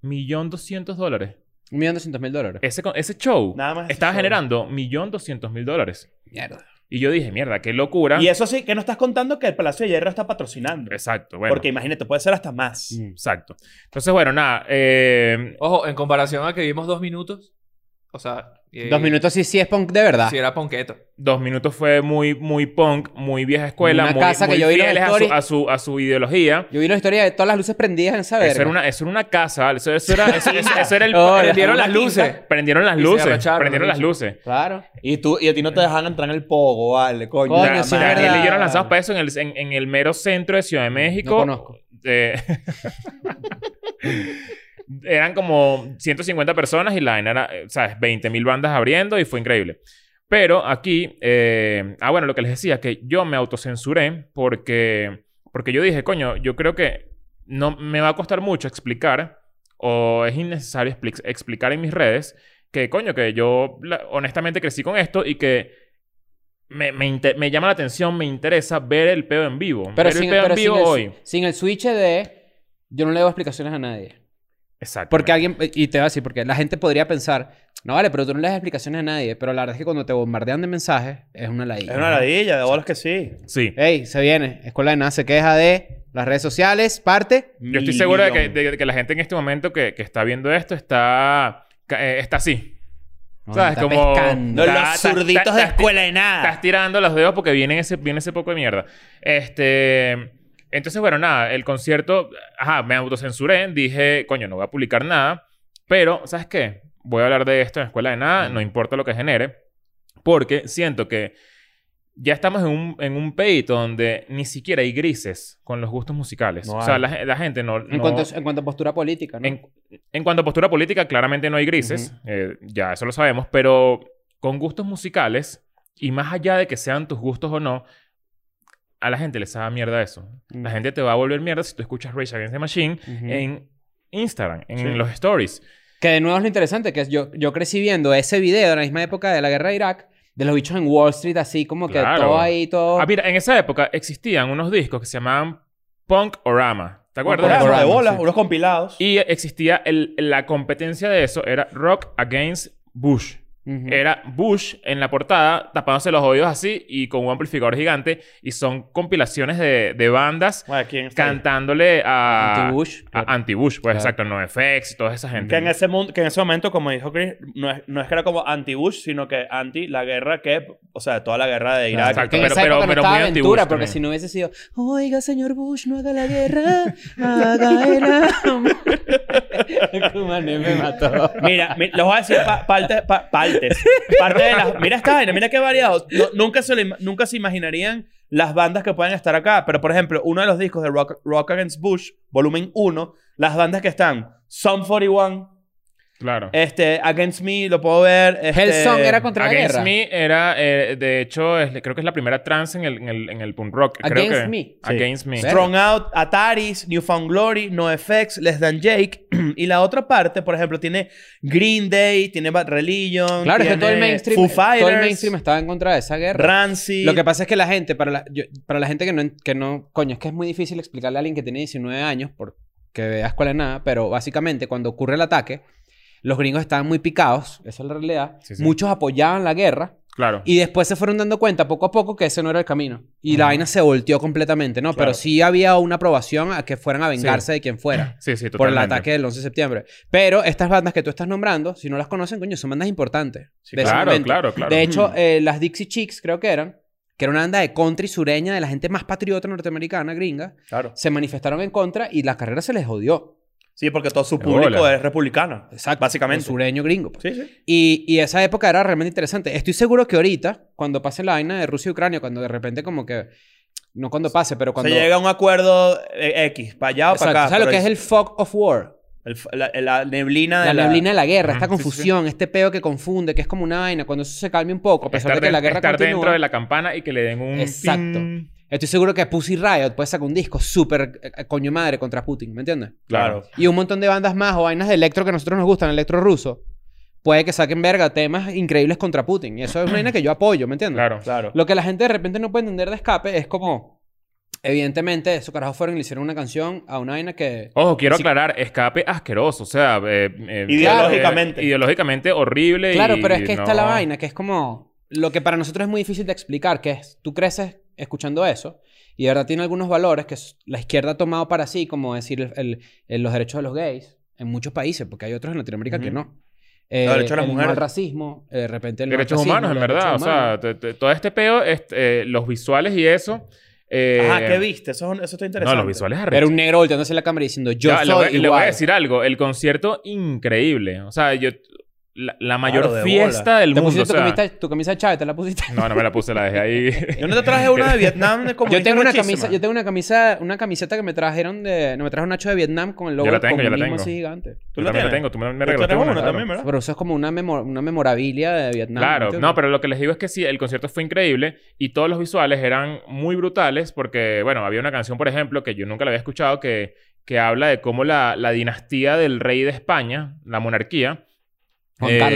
B: Millón doscientos dólares.
D: Un millón doscientos mil dólares.
B: Ese, con- ese show
C: Nada más ese
B: estaba
C: show.
B: generando millón doscientos mil dólares.
D: Mierda.
B: Y yo dije, mierda, qué locura.
C: Y eso sí, que no estás contando que el Palacio de Hierro está patrocinando.
B: Exacto, bueno.
C: Porque imagínate, puede ser hasta más.
D: Mm.
B: Exacto. Entonces, bueno, nada. eh,
E: Ojo, en comparación a que vimos dos minutos. O sea. eh,
D: Dos minutos Ah. sí, sí es punk de verdad.
E: Si era ponqueto.
B: dos minutos fue muy, muy punk, muy vieja escuela,
D: Una
B: muy,
D: casa que
B: muy
D: yo vi los
B: fieles a su,
D: stories.
B: a, su, a su ideología.
D: Yo vi la historia de todas las luces prendidas en esa verga.
B: Eso era, una, eso era una casa, eso, eso era, eso- eso- eso era el...
D: Oh,
E: Prendieron
D: una
E: las luces.
B: Prendieron las
E: Y se
B: luces,
E: arrocharon,
B: prendieron
E: ¿no?
B: las luces.
D: Claro.
F: Y, tú, y a ti no te dejan entrar en el pogo, vale, coño.
D: Coño,
F: la
D: sí es
F: madre.
D: verdad.
B: Daniel y yo nos lanzamos para eso en el, en, en el mero centro de Ciudad de México.
D: No conozco.
B: Eh, eran como 150 personas y la vaina era, eh, ¿sabes? 20 mil bandas abriendo y fue increíble. Pero aquí, eh, ah, bueno, lo que les decía, que yo me autocensuré porque, porque yo dije, coño, yo creo que no me va a costar mucho explicar o es innecesario expli- explicar en mis redes que, coño, que yo la- honestamente crecí con esto y que me, me inter- me llama la atención, me interesa ver el pedo en vivo.
D: Pero,
B: ver
D: sin,
B: el pedo
D: pero
B: en vivo
D: sin el,
B: hoy.
D: sin el switch de... Yo no le doy explicaciones a nadie.
B: Exacto.
D: Porque alguien... eh, Y te va a decir, porque la gente podría pensar... No vale, pero tú no le das explicaciones a nadie. Pero la verdad es que cuando te bombardean de mensajes, es una ladilla.
C: Es una ladilla, de bolas que sí.
B: Sí.
D: Ey, se viene. Escuela de Nada se queja de las redes sociales, parte.
B: Yo estoy seguro de que, de que la gente en este momento que, que está viendo esto está, ca- eh, está así.
D: No,
B: ¿Sabes?
D: está
B: Como.
D: pescando.
C: No,
B: Ta-
C: los
B: ta-
C: zurditos
B: ta-
C: de
B: ta-
C: escuela de
B: Estás
C: nada.
B: tirando los dedos porque viene ese, viene ese poco de mierda. Este. Entonces, bueno, nada, el concierto. Ajá, me autocensuré. Dije, coño, no voy a publicar nada. Pero, ¿sabes qué? Voy a hablar de esto en la escuela de nada, no importa lo que genere. Porque siento que ya estamos en un, en un pedito donde ni siquiera hay grises con los gustos musicales.
C: No
B: o sea,
C: hay.
B: la, ge- la gente no.
D: En,
B: no-
D: cuanto, a- en cuanto a postura política, ¿no?
B: En, en cuanto a postura política, claramente no hay grises, eh, ya eso lo sabemos, pero con gustos musicales, y más allá de que sean tus gustos o no, a la gente le sabe mierda eso. La
D: Mm.
B: gente te va a volver mierda si tú escuchas Rage Against the Machine
D: Ujú.
B: en Instagram, en
C: Sí.
B: los stories.
D: Que de nuevo es lo interesante, que es yo, yo crecí viendo ese video en la misma época de la guerra de Irak, de los bichos en Wall Street, así como que
B: Claro.
D: todo ahí, todo...
B: Ah, mira, en esa época existían unos discos que se llamaban Punk-Orama. ¿Te acuerdas?
C: Unos
D: Punk-Orama.
C: de
D: Orama,
C: bolas,
D: sí.
C: unos compilados.
B: Y existía el- la competencia de eso, era Rock Against Bush.
D: Ujú.
C: eh,
B: Era Bush en la portada, tapándose los oídos así y con un amplificador gigante. Y son compilaciones de, de bandas
C: Bueno, ¿quién está ahí?
B: cantándole a.
D: Anti-Bush,
C: ah,
B: a
D: claro.
B: anti-Bush, pues
D: Claro.
B: exacto, NoFX y toda esa
C: Que
B: gente.
C: en, ese mundo, que en ese momento, como dijo Chris, no es, no es que era como anti-Bush, sino que anti la guerra que, o sea, toda la guerra de Irak.
B: Exacto,
D: Que en
B: pero-
D: esa
B: pero-
D: época no
B: pero
D: estaba
B: muy anti-Bush
D: aventura, porque
B: también.
D: si no hubiese sido, oiga, señor Bush, no haga la guerra, haga el amor". Kumane me mató.
C: Mira, mi- les voy a decir pa- partes, pa- partes. Parte de las, mira esta vaina, mira qué variado. No- nunca, se lo im- nunca se imaginarían las bandas que pueden estar acá. Pero, por ejemplo, uno de los discos de Rock, Rock Against Bush, volumen 1, las bandas que están Sum 41,
B: Claro.
C: este, Against Me, lo puedo ver. Este,
D: Hellsong era Eh, contra
B: Against
D: la guerra.
B: Me era, eh, de hecho, es- creo que es la primera trans en el, en el, en el punk rock. Creo
D: Against
B: que-
D: Me.
B: Sí. Against Me.
C: Strong Out, Ataris, Newfound Glory, NoFX, Less Than Jake. y la otra parte, por ejemplo, tiene Green Day, tiene Bad Religion.
D: Claro, es que
C: tiene
D: todo el mainstream,
C: Foo
D: todo el
C: Fighters,
D: mainstream estaba en contra de esa guerra.
C: Rancid.
D: Lo que pasa es que la gente, para la, yo- para la gente que no, en- que no, coño, es que es muy difícil explicarle a alguien que tiene 19 años por que veas cuál es nada, pero básicamente cuando ocurre el ataque, los gringos estaban muy picados, esa es la realidad.
B: Sí, sí.
D: Muchos apoyaban la guerra
B: Claro.
D: Y después se fueron dando cuenta poco a poco que ese no era el camino. Y la vaina se volteó completamente, ¿no?
B: Claro.
D: Pero sí había una aprobación a que fueran a vengarse de quien fuera.
B: sí, sí, totalmente.
D: Por el ataque del 11 de septiembre. Pero estas bandas que tú estás nombrando, si no las conocen, coño, son bandas importantes. de ese
B: Claro,
D: momento.
B: claro, claro.
D: De hecho, eh, las Dixie Chicks, creo que eran, que era una banda de country sureña, de la gente más patriota norteamericana, gringa,
C: Claro.
D: se manifestaron en contra y la carrera se les jodió.
C: Sí, porque todo su
B: De
C: público
B: bola.
C: es republicano.
D: Exacto.
C: Básicamente.
D: El sureño gringo. pues.
C: Sí, sí.
D: Y, y esa época era realmente interesante. Estoy seguro que ahorita, cuando pase la vaina de Rusia y Ucrania, cuando de repente como que... No cuando pase, pero cuando...
C: Se llega a un acuerdo eh, X, para allá o para
D: Exacto.
C: acá.
D: ¿Sabes lo
C: pero
D: que es el fog of war?
C: el- la, la neblina de
D: La,
C: la...
D: neblina de la guerra, esta
B: Ujú, Ah, sí, sí, sí.
D: confusión, este peo que confunde, que es como una vaina. Cuando eso se calme un poco, a pesar
B: estar,
D: de que la
B: de-
D: guerra
B: estar
D: continúa...
B: dentro de la campana y que le den un
D: Exacto.
B: ping.
D: Estoy seguro que Pussy Riot puede sacar un disco súper eh, eh, coño madre contra Putin, ¿me entiendes?
B: Claro.
C: Claro.
D: Y un montón de bandas más o vainas de electro que a nosotros nos gustan, electro ruso, puede que saquen verga temas increíbles contra Putin. Y eso es una vaina que yo apoyo, ¿me entiendes?
B: Claro.
C: Claro.
D: Lo que la gente de repente no puede entender de escape es como, evidentemente, esos carajos fueron y le hicieron una canción a una vaina que...
B: Ojo, quiero
D: Sí.
B: aclarar, escape asqueroso, o sea, eh, eh,
C: Ideológicamente.
B: eh, ideológicamente horrible.
D: Claro,
B: y-
D: pero es que
B: y
D: está la
B: no-
D: vaina, que es como lo que para nosotros es muy difícil de explicar, que es tú creces escuchando eso y de verdad tiene algunos valores que s- la izquierda ha tomado para sí, como decir el- el- el- los derechos de los gays en muchos países, porque hay otros en Latinoamérica que
B: Ujú.
D: no. Eh,
C: Los derechos de las
D: el no
C: mujeres.
D: al racismo, eh, de repente el no al
B: Derechos
D: racismo,
B: humanos, en
D: los
B: verdad. O
D: derechos
B: sea,
D: humanos.
B: te- te- todo este peo, este, eh, los visuales y eso. Eh,
C: Ajá, ¿qué viste? Eso, eso está
B: No,
C: interesante.
B: los visuales arriba.
D: Pero un negro volteándose la cámara y diciendo yo
B: Ya,
D: soy
B: le, voy, le
D: igual.
B: voy a decir algo. El concierto increíble. O sea, yo... La, la mayor
C: de
B: fiesta
C: bola.
D: ¿Te
B: del mundo.
D: pusiste
B: o sea-
D: tu, camisa, tu camisa de Chávez? ¿Te la pusiste?
B: No, no me la puse, la dejé ahí.
C: Yo no te traje una de Vietnam como
D: Yo tengo, una camisa, yo tengo una camisa, una camiseta que me trajeron de, no, me trajo Nacho de Vietnam con el logo
B: Yo la
D: del
B: tengo, yo la
D: comunismo
B: tengo.
D: así gigante.
C: ¿Tú
B: Yo también
C: la
B: la
C: tienes?
B: tengo. Tú me, me
C: Tú
B: regalaste una,
C: tienes una
B: claro.
C: también, ¿verdad?
D: Pero eso es como una, memo- una memorabilia de Vietnam.
B: Claro,
D: ¿entiendes?
B: no, pero lo que les digo es que sí, el concierto fue increíble y todos los visuales eran muy brutales porque, bueno, había una canción, por ejemplo, que yo nunca la había escuchado que, que habla de cómo la, la dinastía del rey de España, la monarquía, eh,
D: Juan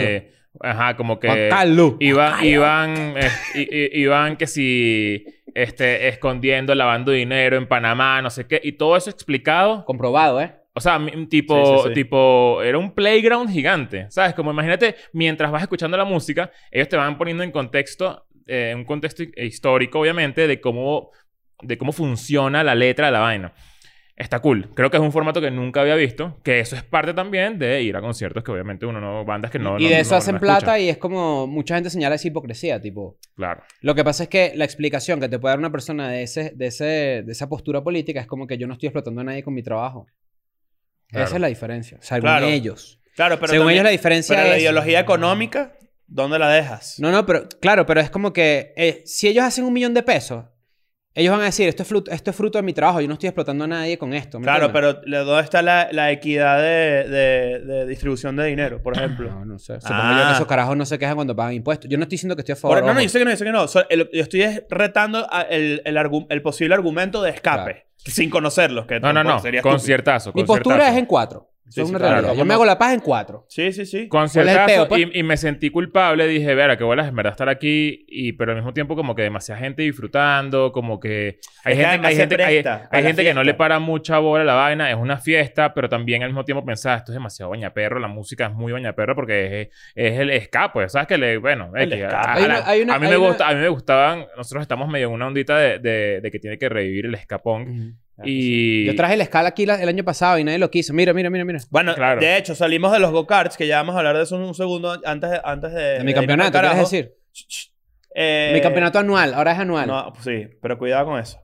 B: ajá, como que...
D: Juan Carlos.
B: Iba- iban, eh, i- i- iban que si este, escondiendo, lavando dinero en Panamá, no sé qué, y todo eso explicado
D: Comprobado, ¿eh?
B: o sea, mi- tipo,
C: Sí, sí, sí.
B: tipo, era un playground gigante, ¿sabes? Como imagínate, mientras vas escuchando la música, ellos te van poniendo en contexto, eh, un contexto hi- histórico, obviamente, de cómo, de cómo funciona la letra de la vaina. Está cool. Creo que es un formato que nunca había visto, que eso es parte también de ir a conciertos que obviamente uno no, bandas que no...
D: y
B: no-
D: de
B: no-
D: eso
B: no
D: hacen
B: escucha.
D: plata y es como mucha gente señala esa hipocresía, tipo.
B: Claro.
D: Lo que pasa es que la explicación que te puede dar una persona de, ese, de, ese, de esa postura política es como que yo no estoy explotando a nadie con mi trabajo. Esa
B: Claro.
D: es la diferencia, según
C: Claro.
D: ellos.
C: Claro, pero
D: según
C: también-
D: ellos la diferencia
C: Pero la
D: es...
C: ideología económica, ¿dónde la dejas?
D: No, no, pero claro, pero es como que eh, si ellos hacen un millón de pesos, ellos van a decir, esto es, fruto, esto es fruto de mi trabajo, yo no estoy explotando a nadie con esto. ¿me
C: claro,
D: entiendes?
C: pero le- ¿dónde está la, la equidad de, de- de distribución de dinero, por ejemplo?
D: No, no sé. Supongo
C: Ah.
D: yo que esos carajos no se quejan cuando pagan impuestos. Yo no estoy diciendo que estoy a favor.
C: Por- no, no,
D: ojo.
C: yo sé que no, yo sé que no. So- el- yo estoy es retando a- el, el, argu- el posible argumento de escape,
D: Claro.
C: sin conocerlos. Que
B: No, no, no.
C: sería estúpido.
B: Conciertazo.
D: Mi postura
B: conciertazo.
D: es en cuatro. Eso
C: Sí,
D: es
C: sí,
D: una
C: claro,
D: realidad.
C: ¿cómo
D: yo me
C: no?
D: hago la paz en cuatro.
C: Sí, sí, sí.
B: Conciertazo,
D: ¿Cuál es el peo, pues?
B: y, y me sentí culpable. Dije, verá, qué bolas en verdad estar aquí. Y, pero al mismo tiempo, como que demasiada gente disfrutando. Como que hay
C: Es que
B: gente,
C: además
B: hay
C: se
B: gente, hay-
C: presta
B: hay
C: para la
B: gente que no le
C: fiesta.
B: para mucha bola a la vaina. Es una fiesta, pero también al mismo tiempo pensaba, esto es demasiado bañaperro. La música es muy bañaperro porque es, es el escape. ¿Sabes que le, Bueno,
C: El
B: X, a-
C: escape.
B: a-
D: Hay
B: a la-
D: una- hay una-
B: a mí
D: hay
B: me
D: una-
B: gusta- a mí me gustaban. Nosotros estamos medio en una ondita de, de- de que tiene que revivir el escapón. Y.
D: Yo traje la escala aquí la- el año pasado y nadie lo quiso. Mira, mira, mira, mira.
C: Bueno,
B: Claro.
C: de hecho, salimos de los go-karts, que ya vamos a hablar de eso en un segundo antes de... Antes de,
D: De
C: de
D: mi
C: irnos
D: campeonato,
C: al
D: ¿quieres
C: eh, carajo.
D: decir?
C: Eh,
D: mi campeonato anual, ahora es anual.
C: No, pues sí, pero cuidado con eso.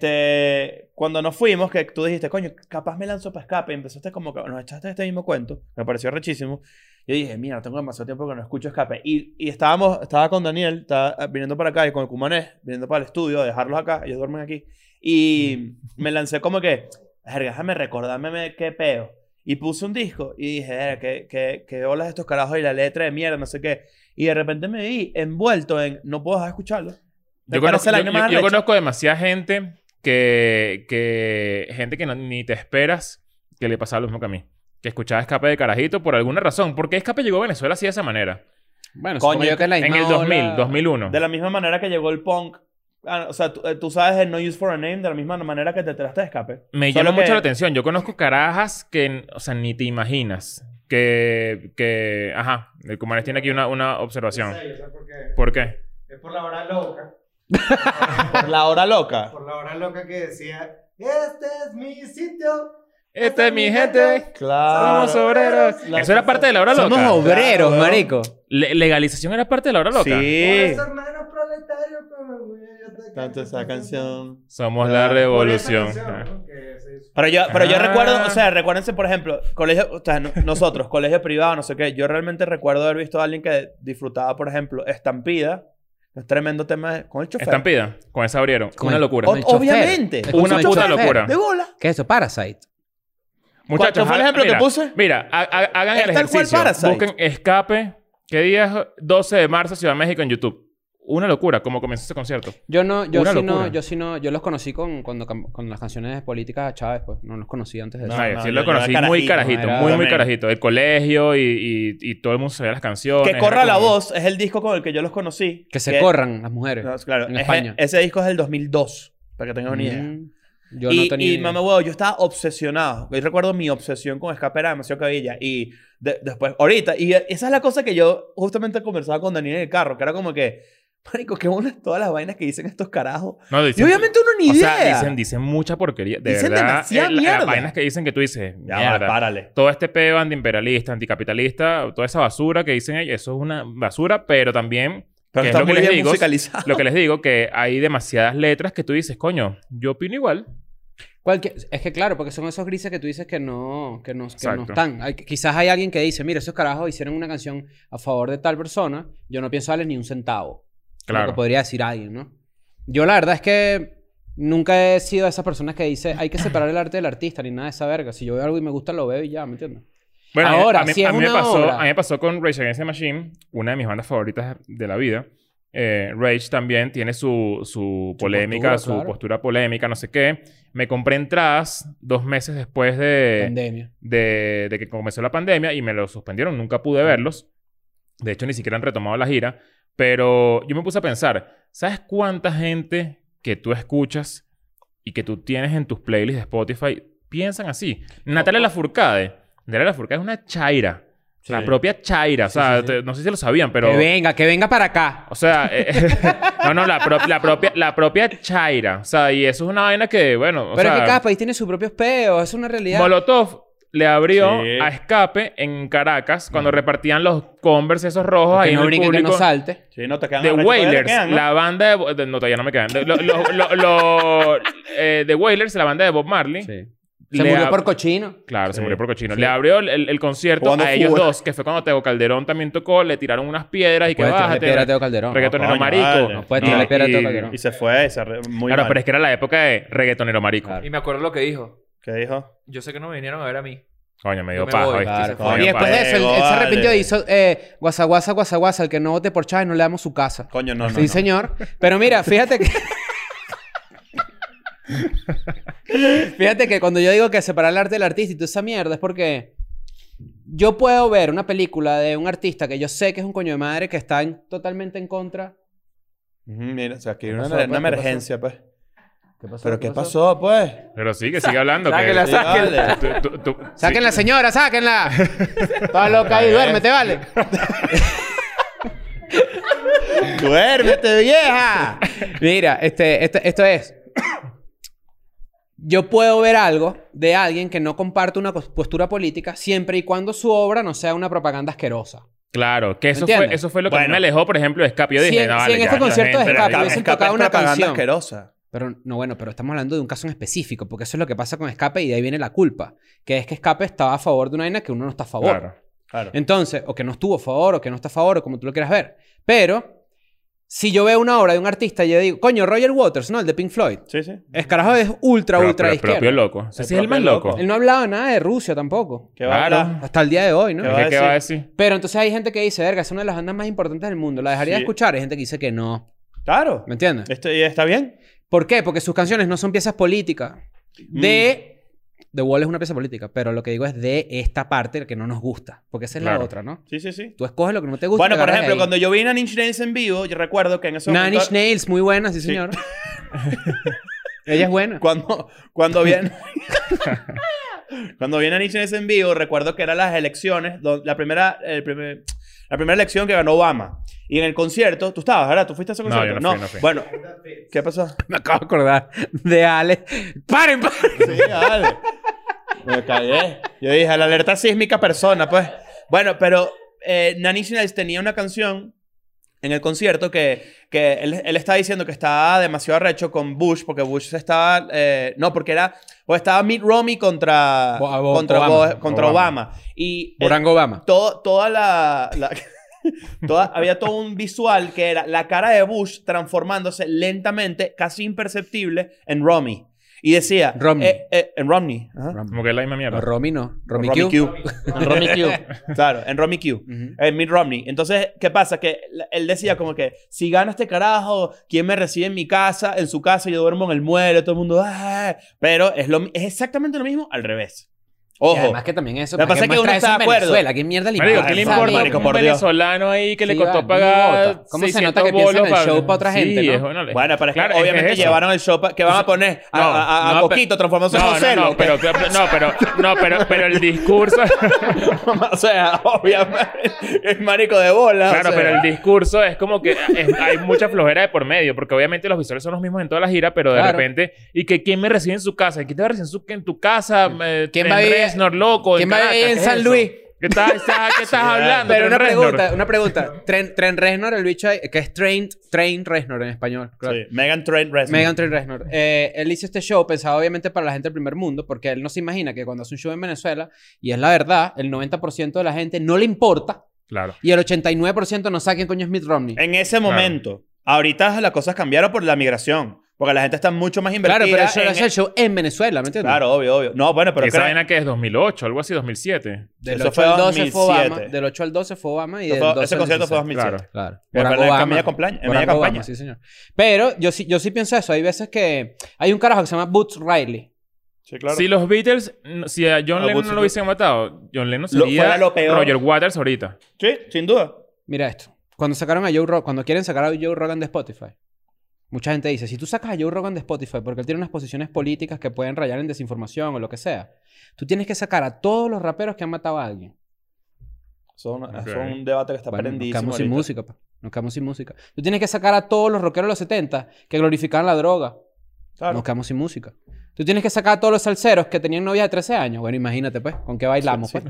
C: Este, cuando nos fuimos, que tú dijiste, coño, capaz me lanzo para escape, y empezaste como que nos echaste este mismo cuento, me pareció rechísimo. Yo dije, mira, tengo demasiado tiempo que no escucho escape. Y, y estábamos, estaba con Daniel, estaba eh, viniendo para acá, y con el cumanés, viniendo para el estudio, a dejarlos acá, ellos duermen aquí. Y me lancé como que, verga, déjame recordarme me- qué peo. Y puse un disco y dije, verga, qué, qué, qué olas estos carajos y la letra de mierda, no sé qué. Y de repente me vi envuelto en, no puedo dejar de escucharlo. Me
B: Yo conozco,
C: parece la
B: yo-
C: vaina
B: yo-
C: más
B: yo
C: arrecha.
B: conozco demasiada gente que, que gente que no- ni te esperas que le pasaba lo mismo que a mí. Que escuchaba Escape de Carajito por alguna razón. ¿Por qué Escape llegó a Venezuela así de esa manera?
D: Bueno,
C: Coño,
D: supongo yo que es la
B: En
D: misma
B: el 2000,
D: ola-
B: 2001.
C: De la misma manera que llegó el punk. Ah, O sea, tú, eh, tú sabes el No Use for a Name de la misma manera que te trataste de escape.
B: Me
C: Solo
B: llama
C: que-
B: mucho la atención. Yo conozco carajas que, o sea, ni te imaginas. que, que ajá, el Cumanes tiene aquí una, una observación.
G: Yo sé por qué.
B: ¿Por qué?
G: Es por la hora loca.
C: Por la hora loca.
G: Por la hora loca que decía, este es mi sitio.
B: Esta es mi gente,
C: Claro.
B: somos obreros.
C: La-
B: Eso era parte de la hora loca.
D: Somos obreros,
C: Claro,
D: marico.
B: Le- legalización era parte de la hora loca.
C: Sí.
G: Por eso, hermano proletario, pero güey, yo te
C: Tanto esa canción.
B: Somos la
G: Por esa
B: revolución.
G: canción,
B: Ah.
G: ¿no? Que se hizo.
C: Pero yo, pero yo
B: Ah.
C: recuerdo, o sea, recuérdense, por ejemplo, colegio, o sea, no- nosotros, colegio privado, no sé qué. Yo realmente recuerdo haber visto a alguien que disfrutaba, por ejemplo, Estampida. Es tremendo tema con el chofer.
B: Estampida. Con esa abrieron.
D: Con
B: una
D: el-
B: locura.
C: Oh,
D: con el chofer.
C: obviamente.
D: Es
B: Una
D: como el
B: puta
D: chofer.
B: locura.
C: De bola.
D: ¿Qué es eso? Parasite.
B: Muchachos,
C: ¿Cuánto fue el
B: haga-
C: ejemplo que
B: mira,
C: puse?
B: Mira, ha- ha- hagan el
C: Es tal cual
B: ejercicio.
C: Parasite.
B: Busquen Escape. ¿Qué día es? 12 de marzo, Ciudad de México, en YouTube. Una locura, como comenzó ese concierto.
D: Yo no, yo
B: Una
D: sí no,
B: locura.
D: yo sí no, yo los conocí con, cuando cam- con las canciones políticas a Chávez, pues. No los conocí antes de eso.
C: No,
B: Ay,
C: no,
B: sí,
C: yo-
B: lo
C: yo era
B: conocí muy
C: carajito,
B: carajito,
D: era-
B: muy, muy
C: también.
B: carajito. El colegio y, y- y todo el mundo sabía las canciones.
C: Que corra
B: era
C: la
B: como-
C: voz es el disco con el que yo los conocí.
D: que se corran las mujeres.
C: No, claro,
D: en
C: es- e,
D: España.
C: ese disco es del 2002, para que tengan una idea.
D: Mm, Yo
C: y,
D: no tenía.
C: y mamá huevo, yo estaba obsesionado. Yo recuerdo mi obsesión con Escape era demasiado cabilla. Y de- después, ahorita, y esa es la cosa que yo justamente conversaba con Daniel en el carro, que era como que, marico, qué buenas todas las vainas que dicen estos carajos.
B: No,
C: Y
B: dicen-
C: obviamente uno ni
B: o
C: idea.
B: sea, dicen, dicen mucha porquería. De
C: Dicen
B: verdad,
C: demasiada
B: eh, la-
C: mierda.
B: Las vainas que dicen que tú dices,
C: ya,
B: mierda.
C: va, párale.
B: todo este peo antiimperialista, anticapitalista, toda esa basura que dicen ellos, eso es una basura, pero también
C: Pero
B: ¿Qué es
C: está
B: lo que
C: muy
B: les
C: bien
B: digo?
C: musicalizado.
B: lo que les digo, que hay demasiadas letras que tú dices, coño, yo opino igual.
D: Cualquier- es que claro, porque son esos grises que tú dices que no, que no, que no
B: Exacto.
D: están. Hay- quizás hay alguien que dice, mira, esos carajos hicieron una canción a favor de tal persona, yo no pienso darles ni un centavo. Lo
B: Claro.
D: que podría decir alguien, ¿no? Yo la verdad es que nunca he sido de esas personas que dice, hay que separar el arte del artista, ni nada de esa verga. Si yo veo algo y me gusta, lo veo y ya, ¿me entiendes?
B: Bueno, a mí-
D: Ahora,
B: a mí,
D: si es
B: a mí me
D: una
B: pasó,
D: obra.
B: a mí me pasó con Rage Against the Machine, una de mis bandas favoritas de la vida. Eh, Rage también tiene su, su polémica,
D: postura,
B: su
D: claro.
B: postura polémica, no sé qué. Me compré entradas dos meses después de,
D: Pandemia.
B: de, de que comenzó la pandemia y me lo suspendieron. Nunca pude verlos. De hecho, ni siquiera han retomado la gira. Pero yo me puse a pensar, ¿sabes cuánta gente que tú escuchas y que tú tienes en tus playlists de Spotify piensan así? Natalia Lafourcade. Natalia Lafourcade es una chaira. La propia chaira. o sea, te- no sé si lo sabían, pero...
D: Que venga, que venga para acá.
B: O sea, eh, no, no, la, pro- la propia, la propia chaira. O sea, y eso es una vaina que, bueno... o
D: Pero es
B: sea,
D: que cada país tiene sus propios peos, es una realidad.
B: Molotov le abrió
C: Sí. Mm.
B: a escape en Caracas cuando repartían los Converse esos rojos
D: que
B: ahí
D: no
B: en el
D: brinque, que no
B: público.
D: salte.
C: Sí, no te quedan
B: The
C: arrechos, todavía te
B: Wailers,
C: quedan, ¿no?
B: la banda de, Bo- de- No, todavía no me quedan. De- lo- lo- lo- lo- eh, The Wailers, la banda de Bob Marley.
D: Se
B: le
D: murió
B: ab-
D: por cochino.
B: Claro, se
C: Sí.
B: murió por cochino. Le abrió el, el- el concierto
C: Jugando
B: a ellos
C: fútbol.
B: dos, que fue cuando Teo Calderón también tocó. Le tiraron unas piedras y que
D: Puede tirarle
B: bájate.
D: piedra a Teo Calderón.
B: Reggaetonero
C: No, coño,
B: marico.
C: vale.
D: No puede tirarle
B: Y-
D: piedra a Teo
B: y-
D: Calderón.
C: Y se fue, y se re- muy
B: Claro,
C: mal.
B: pero es que era la época de reggaetonero marico.
D: Claro.
E: Y me acuerdo lo que dijo.
C: ¿Qué dijo?
E: Yo sé que no me vinieron a ver a mí.
B: Coño, me dio
E: Yo me
B: paja.
E: voy,
B: ¿viste?
E: claro,
B: Se
C: coño.
B: fue,
D: Y
B: me dio
D: después
B: paja.
D: de eso, él,
C: Diego,
D: él se
C: vale.
D: arrepintió y hizo eh, guasa, guasa, guasa, guasa, el que no vote por Chávez no le damos su casa.
C: Coño, no, no.
D: sí,
C: no.
D: señor. Pero mira, fíjate que... fíjate que cuando yo digo que separar el arte del artista y toda esa mierda es porque yo puedo ver una película de un artista que yo sé que es un coño de madre que está en- totalmente en contra.
C: Ujú, Mira, o sea, aquí hay
D: ¿Qué
C: una,
D: pasó, pues?
C: una
D: ¿Qué pasó?
C: emergencia, pues.
D: ¿Qué pasó?
C: ¿Pero qué pasó, pues?
B: Pero sí, que sigue hablando. que-
E: Sáquela,
C: Sí, vale.
B: Tú- tú- tú-
D: Sáquenla,
B: sí.
D: señora, sáquenla. Toda loca ahí, duérmete, vale.
C: ¡Duérmete, vieja!
D: Ah. Mira, este, este- esto es. Yo puedo ver algo de alguien que no comparte una cos- postura política siempre y cuando su obra no sea una propaganda asquerosa.
B: Claro, que eso
D: ¿Entiendes?
B: fue, eso fue lo que a mí
C: Bueno.
B: me alejó, por ejemplo, de Escape. Yo
D: Si
B: dije,
D: en-
B: no,
D: si
B: vale,
D: en
B: ya,
D: este
B: la
D: concierto de
B: gente-
D: Escape
B: la
D: hubiesen
B: gente-
D: tocado una
C: propaganda
D: canción.
C: asquerosa.
D: Pero no, bueno, pero estamos hablando de un caso en específico, porque eso es lo que pasa con Escape y de ahí viene la culpa, que es que Escape estaba a favor de una vaina que uno no está a favor.
B: Claro.
C: Claro.
D: Entonces, o que no estuvo a favor, o que no está a favor, o como tú lo quieras ver. Pero, si yo veo una obra de un artista y yo digo, coño, Roger Waters, ¿no? El de Pink Floyd.
C: Sí, sí.
D: Es carajo, es ultra,
B: Pero-
D: ultra
B: pero
D: de
B: el propio
D: izquierda.
B: loco. Ese
C: El
B: sí es el más
C: propio
B: loco.
C: loco.
D: Él no hablaba nada de Rusia tampoco.
C: ¿Qué va a
B: Claro.
C: hablar?
D: Hasta el día de hoy, ¿no?
C: ¿Qué va a
B: Es que
C: decir?
B: va a decir?
D: Pero entonces hay gente que dice, verga, es una de las bandas más importantes del mundo. ¿La dejaría de
C: Sí.
D: escuchar? Hay gente que dice que no.
C: Claro.
D: ¿Me entiendes?
C: Esto- y está bien.
D: ¿Por qué? Porque sus canciones no son piezas políticas.
C: Mm.
D: De... The Wall es una pieza política, pero lo que digo es de esta parte que no nos gusta. Porque esa es la
B: Claro.
D: otra, ¿no?
C: Mm. Sí, sí, sí.
D: Tú escoges lo que no te gusta. y
C: Bueno,
D: te
C: por
D: agarras
C: ejemplo,
D: ahí.
C: cuando yo vi a Nine Inch Nails en vivo, yo recuerdo que en ese
D: Nine
C: momento...
D: Inch Nails, muy buena, sí, señor. Ella es buena.
C: Cuando, cuando vi a- Cuando viene Nietzsche en vivo, recuerdo que eran las elecciones, do- la primera, el primer- la primera elección que ganó Obama. Y en el concierto, tú estabas, ¿verdad? ¿Tú fuiste a ese
B: No,
C: concierto?
B: yo no fui, no fui.
C: Bueno, ¿qué pasó?
D: Me acabo de acordar de Alex. ¡Paren, paren!
C: Sí, dale. Me cagué. Yo dije, la alerta sísmica persona, pues. Bueno, pero eh, Nanny Sinais tenía una canción en el concierto que, que él, él estaba diciendo que estaba demasiado arrecho con Bush, porque Bush se estaba... eh, no, porque era... O estaba Mitt Romney contra...
D: Bo- Bo-
C: contra
D: Obama.
C: Bo- contra Obama. Y... eh,
D: Borango Obama.
C: todo- toda la... la- toda- había todo un visual que era la cara de Bush transformándose lentamente, casi imperceptible, en Romney. Y decía...
D: Romney.
C: eh, eh, en Romney. ajá.
D: Rom-
B: Como que es la misma mierda.
D: No, Romy no. Romy,
C: Romney
D: Q.
C: Q.
D: Romy Q.
C: Claro, en Romney Q.
D: Ujú.
C: En Mitt Romney. Entonces, ¿qué pasa? Que la- él decía como que, si gana este carajo, ¿quién me recibe en mi casa? En su casa, yo duermo en el mueble, todo el mundo... "Ah". Pero es, lo, mi- es exactamente lo mismo al revés.
D: Y
C: Ojo.
D: además que también eso.
C: Lo que
D: ¿para
C: pasa
D: qué
C: es que uno
D: muestra
C: está
D: eso en
C: de acuererdo.
D: Venezuela? ¿Qué mierda le
B: Marico,
D: importa?
B: ¿qué le
C: Marico,
B: importa
C: marico,
B: un
C: por Dios.
B: venezolano ahí que le
D: Sí,
B: costó
D: vale, no
B: pagar
D: importa. ¿Cómo se
B: 600
D: nota que piensan
B: bolos
D: el show para otra gente,
B: Sí,
D: no?
B: es una le-
C: Bueno, pero es que
B: Claro,
C: obviamente
B: eso.
C: llevaron el show pa- que van a poner a,
B: No,
C: a- a- a
E: no, pero-
C: Coquito transformándose en
B: No, no,
C: Marcelo,
B: no,
C: ¿ok?
B: pero, no, pero, no, pero, pero el discurso,
C: o sea, obviamente, es marico de bola. o
B: claro,
C: sea.
B: pero el discurso es como que es- hay mucha flojera de por medio, porque obviamente los visuales son los mismos en toda la gira, pero de
D: Claro.
B: repente, ¿y que quién me recibe en su casa? ¿Quién te va a recibir en, su- en tu casa? Eh,
D: Mm. ¿Quién
B: en
D: va a ir-
B: Reznor, loco,
D: ¿Quién va a ir
B: Caracas?
D: en
B: ¿Qué es
D: San
B: eso?
D: Luis?
B: ¿Qué estás, estás- qué estás hablando?
D: Pero una
B: Trent Reznor?
D: pregunta, una pregunta. Tren, Tren Reznor, el bicho ahí, que es Train, Train Reznor en español. Claro.
C: Sí, Megan Trent Reznor.
D: Megan Train Reznor. Eh, él hizo este show pensado obviamente para la gente del primer mundo, porque él no se imagina que cuando hace un show en Venezuela, y es la verdad, el 90% de la gente no le importa
B: Claro.
D: y el 89% no sabe quién coño es Mitt Romney.
C: En ese
B: Claro.
C: momento. Ahorita las cosas cambiaron por la migración. Porque la gente está mucho más invertida.
D: Claro, pero eso
C: en-
D: lo hace el show en Venezuela, ¿me entiendes?
C: Claro, obvio, obvio. No, bueno, pero
B: Esa
C: creo-
B: vaina que es 2008, algo así, 2007.
D: Del
C: Eso
D: 8
C: fue
D: al 12 fue Obama.
C: 2007.
D: Del 8 al12 fue Obama y
C: eso
D: del
C: fue-
D: 12
C: ese
D: al
C: concierto fue
D: 16.
C: 2007.
B: Claro.
D: Claro.
C: Pero
D: Barack
C: fue en la
D: Obama.
C: media campaña- en
D: Barack
C: media
D: Obama,
C: campaña.
D: sí, señor. Pero yo sí, yo sí pienso eso. Hay veces que... Hay un carajo que se llama Boots Riley.
C: Sí, claro.
B: Si los Beatles, no- si a John
C: A
B: Lennon
C: Woods-
B: no lo hubiesen matado, John Lennon
C: Lo-
B: sería
C: fuera lo peor.
B: Roger Waters ahorita.
C: Sí, sin duda.
D: Mira esto. Cuando sacaron a Joe Rogan... Cuando quieren sacar a Joe Rogan de Spotify. Mucha gente dice, si tú sacas a Joe Rogan de Spotify porque él tiene unas posiciones políticas que pueden rayar en desinformación o lo que sea, tú tienes que sacar a todos los raperos que han matado a alguien.
C: Son,
B: Ok.
C: son un debate que está
D: Bueno, nos
C: prendidísimo.
D: quedamos sin
C: ahorita.
D: música, pa. Nos quedamos sin música. Tú tienes que sacar a todos los rockeros de los 70 que glorificaban la droga.
C: Claro.
D: Nos quedamos sin música. Tú tienes que sacar a todos los salseros que tenían novias de 13 años. Bueno, imagínate, pues, con qué bailamos, pues.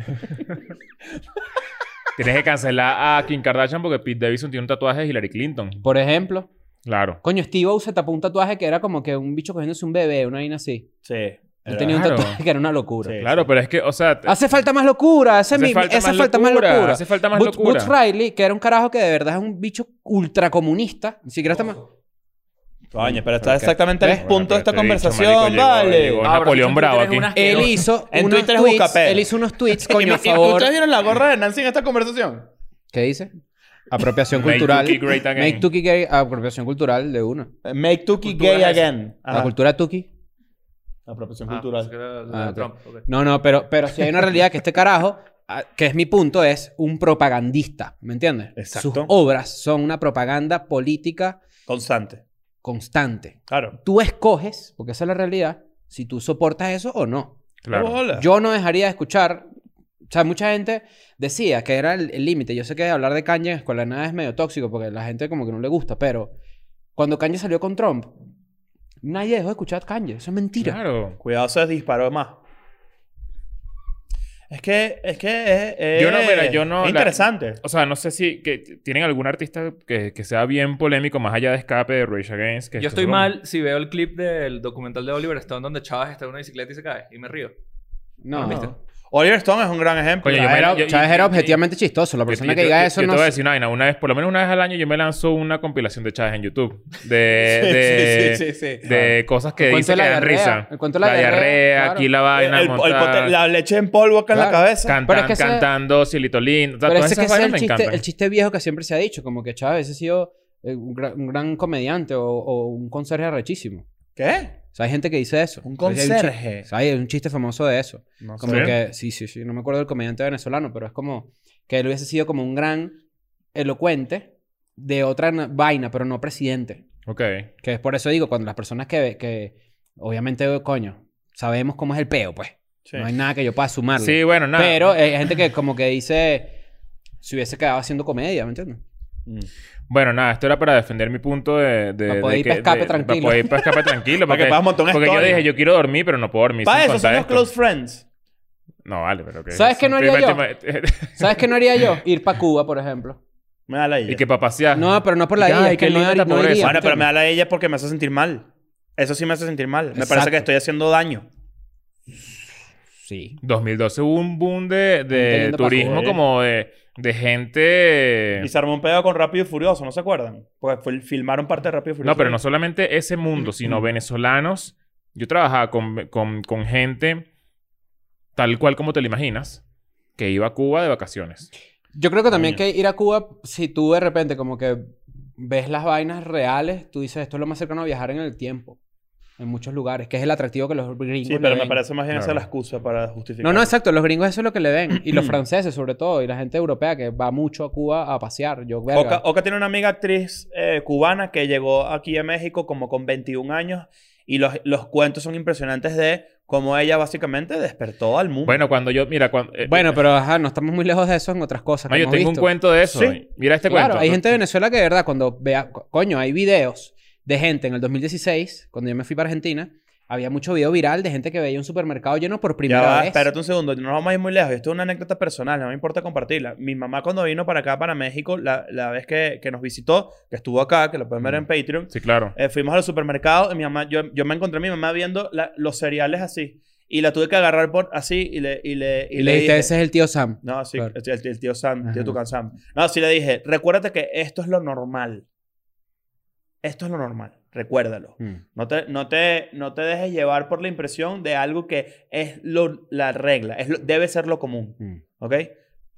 B: Tienes que cancelar a Kim Kardashian porque Pete Davidson tiene un tatuaje de Hillary Clinton.
D: Por ejemplo,
B: Claro.
D: coño, Steve O se tapó un tatuaje que era como que un bicho cogiéndose un bebé, una vaina así.
C: Sí.
D: Él
C: era-
D: tenía un
B: Claro.
D: tatuaje que era una locura.
C: Sí.
B: Claro, pero es que, o sea, te-
D: Hace falta más locura, ese mi- esa falta más locura.
B: Hace falta más
D: But-
B: locura.
D: Butch Riley, que era un carajo que de verdad es un bicho ultracomunista, ni siquiera está más.
C: Coño, pero está
D: Ok.
C: exactamente el
D: ¿Ves?
C: punto
B: Bueno,
C: de esta
B: pero este bicho,
C: conversación,
B: marico, llegó-
C: vale.
B: llegó
E: Ah,
B: Napoleón
E: pero
B: Bravo
E: tú
B: aquí.
E: eres un
D: Él
E: asqueroso.
D: hizo
C: En
D: unos
C: Twitter es
D: tweets,
C: buscapé.
D: él hizo unos tweets,
C: Y- y-
D: coño, a
C: y-
D: favor.
C: ¿Ustedes vieron la gorra de Nancy en esta conversación?
D: ¿Qué dice? Apropiación
B: Make
D: cultural.
B: Tuki great again.
D: Make Tuki gay, apropiación cultural de uno.
C: Make Tuki
E: Cultura
C: gay
E: es-
C: again.
D: La cultura Tuki.
C: Apropiación
E: Ah,
C: cultural.
E: pensé que era
D: Ah,
E: la de
D: ok.
E: Trump, ok.
D: No, no, pero, pero si hay una realidad que este carajo, ah, que es mi punto, es un propagandista, ¿me entiendes?
C: Exacto.
D: Sus obras son una propaganda política
C: Constante.
D: constante.
C: Claro.
D: Tú escoges, porque esa es la realidad, si tú soportas eso o no.
B: Claro.
C: Hola.
D: Yo no dejaría de escuchar. O sea, mucha gente decía que era el el límite. Yo sé que hablar de Kanye en Escuela de Nada es medio tóxico porque a la gente como que no le gusta, pero cuando Kanye salió con Trump, nadie dejó de escuchar a Kanye. Eso es mentira.
B: Claro.
C: Cuidado, se disparó más. Es que, es que es, es-
B: Yo no, mira, yo no-
C: es
B: la-
C: interesante.
B: O sea, no sé si que, tienen algún artista que, que sea bien polémico más allá de Escape de Rage Against. que- que
E: Yo estoy
B: son-
E: mal si veo el clip del documental de Oliver Stone donde Chávez está en una bicicleta y se cae y me río.
D: No.
C: Oliver Stone es un gran ejemplo.
B: Coño, yo
D: Chávez
B: me-
D: era,
B: yo-
D: Chávez
B: yo-
D: era
B: yo-
D: objetivamente chistoso. La persona
B: Yo-
D: que
B: yo-
D: diga
B: yo-
D: eso
B: yo
D: no...
B: te voy a decir una vaina. Una vez, por lo menos una vez al año, yo me lanzo una compilación de Chávez en YouTube. De,
C: Sí,
B: de-
C: sí, sí, sí, sí.
B: de cosas que
D: Ah. El cuento
B: dice
D: de
B: que
D: la
B: dan
D: diarrea.
B: risa.
D: El cuento de la diarrea, claro.
B: aquí la
C: El-
B: vaina,
C: el- el
B: montada,
C: pote- la leche en polvo acá en la
D: Claro.
C: cabeza.
B: cantan-
D: Pero es que ese-
B: cantando Cielito Lindo. O sea,
D: Pero
B: todas
D: ese que
B: esas
D: ese es
B: vainas
D: el
B: me
D: chiste,
B: encantan.
D: el chiste viejo que siempre se ha dicho, como que Chávez ha sido eh, un gran, un gran comediante o, o un conserje arrechísimo.
C: ¿Qué?
D: O sea, hay gente que dice eso.
C: Un
D: Hay chi-
C: conserje.
D: o sea, hay un chiste famoso de eso.
C: No
D: Como
B: ¿Sí?
D: que, sí, sí, sí, no me acuerdo del comediante venezolano, pero es como que él hubiese sido como un gran elocuente de otra na- vaina, pero no presidente.
B: Ok.
D: Que es por eso digo, cuando las personas que, que obviamente, coño, sabemos cómo es el peo, pues.
C: Sí.
D: No hay nada que yo pueda sumarle.
B: Sí, bueno, nada.
D: Pero eh, hay gente que como que dice, se hubiese quedado haciendo comedia, ¿me entiendes?
B: Bueno, nada, esto era para defender mi punto de... de
D: Para poder
B: de
D: ir pa' escape tranquilo.
B: Para poder ir para escape tranquilo.
C: Para que
B: porque-
C: puedas montar una
B: Porque yo
C: historia.
B: dije, yo quiero dormir, pero no puedo dormir
C: Para
B: sin
C: eso
B: contar
C: son los
B: esto.
C: close friends.
B: No, vale, pero que...
D: ¿Sabes qué no haría
B: Primer tema-
D: ¿Sabes qué no haría yo? Ir para Cuba, por ejemplo.
C: Me da la ella.
B: y que para pasear.
D: No, pero no por la
B: Ay,
D: idea, es
B: qué
D: que no,
B: linda
D: haría-
B: esta
D: no
B: pobreza.
D: iría,
C: Bueno, pero me
D: ¿entiendes?
C: da la ella porque me hace sentir mal. Eso sí me hace sentir mal. Me parece
D: Exacto.
C: que estoy haciendo daño.
D: Sí.
B: 2012 hubo un boom de,
D: Gente
B: de
D: yendo pa'
B: turismo
C: Cuba.
B: como de, de gente...
C: Y se armó un pedo con Rápido y Furioso, ¿no se acuerdan? Pues fue- filmaron parte de Rápido y Furioso.
B: No, pero no solamente ese
D: Mm,
B: mundo, sino venezolanos. Yo trabajaba con, con- con gente tal cual como te lo imaginas, que iba a Cuba de vacaciones.
D: Yo creo que también
C: Coño.
D: que ir a Cuba, si tú de repente como que ves las vainas reales, tú dices, esto es lo más cercano a viajar en el tiempo. En muchos lugares, que es el atractivo que los gringos
C: Sí,
D: le
C: pero me
D: ven.
C: parece más bien esa
B: Claro.
C: la excusa para justificar.
D: No, no, exacto. Los gringos eso es lo que le ven. Y los franceses, sobre todo. Y la gente europea que va mucho a Cuba a pasear. Yo, verga.
C: Oka, Oka tiene una amiga actriz eh, cubana que llegó aquí a México como con 21 años y los, los cuentos son impresionantes de cómo ella básicamente despertó al mundo.
B: Bueno, cuando yo, mira, cuando... eh,
D: Uh. bueno, pero ajá, no estamos muy lejos de eso en otras cosas.
B: no,
D: que
B: yo
D: hemos
B: tengo un
D: visto.
B: cuento de eso.
C: Sí.
B: Mira este
D: Claro,
B: cuento.
D: hay gente de Venezuela que de verdad cuando vea... co- Coño, hay videos de gente en el 2016, cuando yo me fui para Argentina, había mucho video viral de gente que veía un supermercado lleno por
C: Ya
D: primera
C: va,
D: vez.
C: espérate un segundo, no nos vamos a ir muy lejos. Esto es una anécdota personal, no me importa compartirla. Mi mamá cuando vino para acá, para México, la, la vez que, que nos visitó, que estuvo acá, que lo pueden ver
D: Mm.
C: en Patreon,
B: Sí, claro.
C: eh, fuimos al supermercado y mi mamá, yo, yo me encontré a mi mamá viendo la- los cereales así. Y la tuve que agarrar por así y le, y le,
D: Y le dijiste,
C: dije-
D: ese es el tío Sam.
C: No, sí,
D: Claro.
C: el, el- el tío Sam, el tío
D: Ajá.
C: Tucán Sam. No, sí le dije, recuérdate que esto es lo normal. Esto es lo normal, recuérdalo.
D: Mm.
C: No te, no te, no te dejes llevar por la impresión de algo que es lo, la regla, es lo- debe ser lo común,
D: Mm.
C: ¿ok?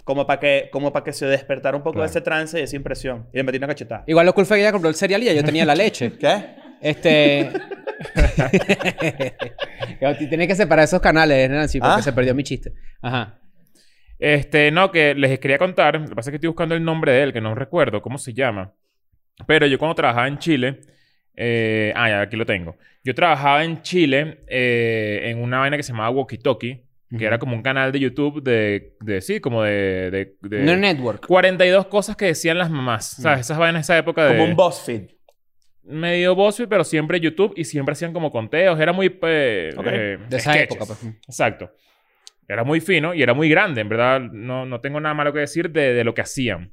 C: Como para que, como para que se despertara un poco
D: Claro.
C: ese trance y esa impresión. Y le metí una cachetada.
D: Igual lo cool fue que ella compró el cereal y ya yo tenía la leche.
C: ¿Qué?
D: Este. Tienes que separar esos canales, ¿eh, Nancy, porque
C: Ah.
D: se perdió mi chiste. Ajá.
B: Este, no, que les quería contar. Lo que pasa es que estoy buscando el nombre de él, que no recuerdo cómo se llama. Pero yo cuando trabajaba en Chile. eh, ah, ya, aquí lo tengo. Yo trabajaba en Chile eh, en una vaina que se llamaba Walkie Talkie, que era como un canal de YouTube de. de sí, como de. de, de-
D: No Mm. network.
B: 42 cosas que decían las mamás. ¿Sabes? Esas vainas, esa época de.
C: Como un BuzzFeed.
B: Medio BuzzFeed, pero siempre YouTube y siempre hacían como conteos. Era muy. eh,
C: Ok.
B: eh,
D: De esa
B: sketches.
D: época, pues.
B: Exacto. Era muy fino y era muy grande, en verdad. No, no tengo nada malo que decir de, de lo que hacían.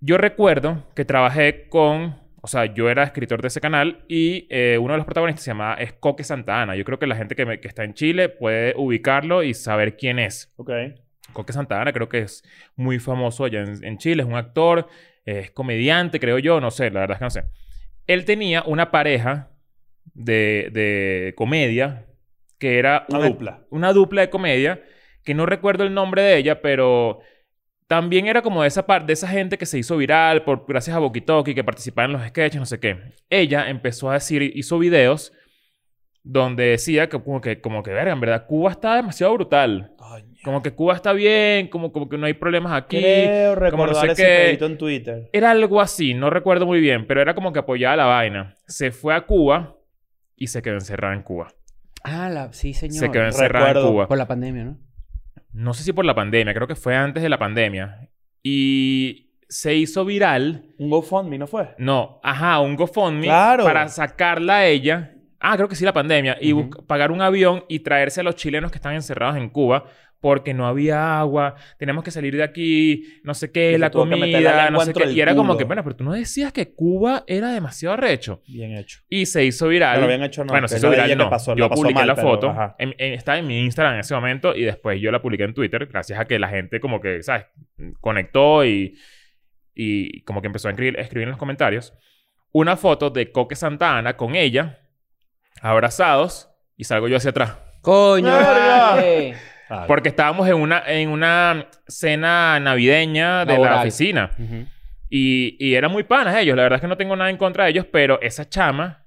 B: Yo recuerdo que trabajé con. O sea, yo era escritor de ese canal y eh, uno de los protagonistas se llamaba es Coque Santa Ana. Yo creo que la gente que, me- que está en Chile puede ubicarlo y saber quién es.
C: Ok.
B: Coque Santa Ana creo que es muy famoso allá en, en Chile. Es un actor, es comediante, creo yo. No sé, la verdad es que no sé. Él tenía una pareja de, de comedia que era
C: Una
B: una-
C: dupla.
B: una dupla de comedia que no recuerdo el nombre de ella, pero también era como de esa parte de esa gente que se hizo viral por gracias a Bokitoki que participaba en los sketches, no sé qué. Ella empezó a decir, hizo videos donde decía que como que como que verga, en verdad Cuba está demasiado brutal.
C: Coño.
B: Como que Cuba está bien, como, como que no hay problemas aquí.
C: Creo
B: como no
C: recordar
B: sé
C: ese
B: qué.
C: pedito en Twitter.
B: Era algo así, no recuerdo muy bien, pero era como que apoyaba la vaina. Se fue a Cuba y se quedó encerrada en Cuba.
D: Ah, la... sí, señor.
B: Se quedó encerrada
C: Recuerdo.
B: en Cuba.
D: Por la pandemia, ¿no?
B: no sé si por la pandemia, creo que fue antes de la pandemia. Y se hizo viral.
C: Un GoFundMe, ¿no fue?
B: No, ajá, un GoFundMe
C: Claro.
B: para sacarla a ella. Ah, creo que sí, la pandemia. Y busca- pagar un avión y traerse a los chilenos que están encerrados en Cuba porque no había agua, tenemos que salir de aquí, no sé
C: Y
B: qué,
C: se
B: la
C: tuvo que meter la
B: comida,
C: lengua
B: no sé
C: dentro
B: qué.
C: del
B: Y era como
C: culo.
B: que, bueno, pero tú no decías que Cuba era demasiado recho.
C: Bien hecho.
B: Y se hizo viral.
C: No lo habían hecho, no.
B: Bueno,
C: que
B: se
C: es
B: hizo
C: la de
B: viral,
C: ella que
B: no.
C: pasó-
B: yo
C: la pasó
B: publiqué
C: mal,
B: la
C: pero,
B: foto.
C: ajá.
B: En- en- estaba en mi Instagram en ese momento y después yo la publiqué en Twitter gracias a que la gente como que, ¿sabes? Conectó y, y como que empezó a escribir, a escribir en los comentarios una foto de Coque Santa Ana con ella, abrazados, y salgo yo hacia atrás.
D: Coño.
C: Verga.
D: vale.
B: Porque estábamos en una, en una cena navideña de la
D: Laboral.
B: oficina. Y, y eran muy panas ellos. La verdad es que no tengo nada en contra de ellos, pero esa chama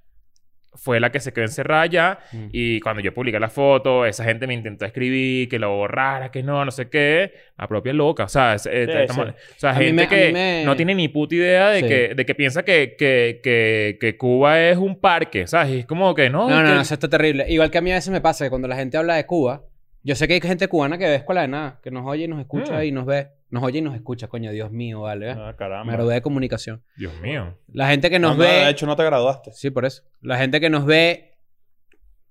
B: fue la que se quedó encerrada allá.
D: Mm.
B: Y cuando yo publiqué la foto, esa gente me intentó escribir que lo borrara, que no, no sé qué. La propia loca. O sea, es- eh,
C: Sí,
B: estamos-
C: sí.
B: o sea,
D: A mí
B: gente
D: me- a
B: que
D: mí me-
B: no tiene ni puta idea de,
D: Sí.
B: que, de que piensa que, que, que, que Cuba es un parque. ¿Sabes? Y es como que no.
D: No,
B: es
D: no,
B: que-
D: no, eso está terrible. Igual que a mí a veces me pasa que cuando la gente habla de Cuba, Yo sé que hay gente cubana que ve Escuela de Nada, que nos oye y nos escucha
B: Mm.
D: y nos ve. Nos oye y nos escucha, coño, Dios mío, vale. ¿eh?
C: Ah, caramba.
D: Me gradué de comunicación.
B: Dios mío.
D: La gente que nos
C: No, no,
D: ve...
C: De hecho, no te graduaste.
D: Sí, por eso. La gente que nos ve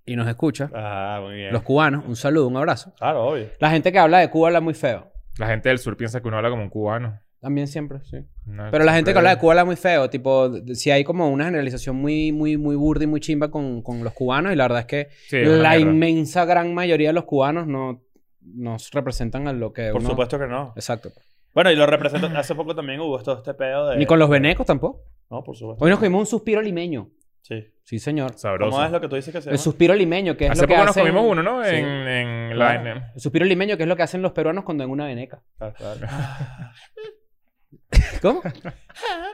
D: y nos escucha,
C: Ah, muy bien.
D: los cubanos, un saludo, un abrazo.
C: Claro, obvio.
D: La gente que habla de Cuba habla muy feo.
B: La gente del sur piensa que uno habla como un cubano.
D: También siempre, sí.
B: No,
D: Pero la gente que
B: siempre-
D: habla de Cuba habla muy feo. Tipo, d- si hay como una generalización muy, muy, muy burda y muy chimba con, con los cubanos. Y la verdad es que
B: Sí, es una
D: la
B: mierda.
D: inmensa gran mayoría de los cubanos no nos representan a lo que
C: Por
D: uno-
C: supuesto que no.
D: Exacto.
C: Bueno, y lo represento. Hace poco también hubo todo este pedo de.
D: Ni con los venecos tampoco.
C: No, por supuesto.
D: Hoy nos comimos un suspiro limeño.
C: Sí.
D: Sí, señor.
B: Sabroso.
C: ¿Cómo es lo que tú dices que se
D: El
C: llama?
D: suspiro limeño, que es
B: Hace
D: lo que
B: poco nos
D: hacen-
B: comimos uno, ¿no?
D: Sí.
B: En, en la...
D: Claro.
B: en-
D: El suspiro limeño, que es lo que hacen los peruanos cuando en una veneca.
C: Claro, claro.
D: ¿Cómo?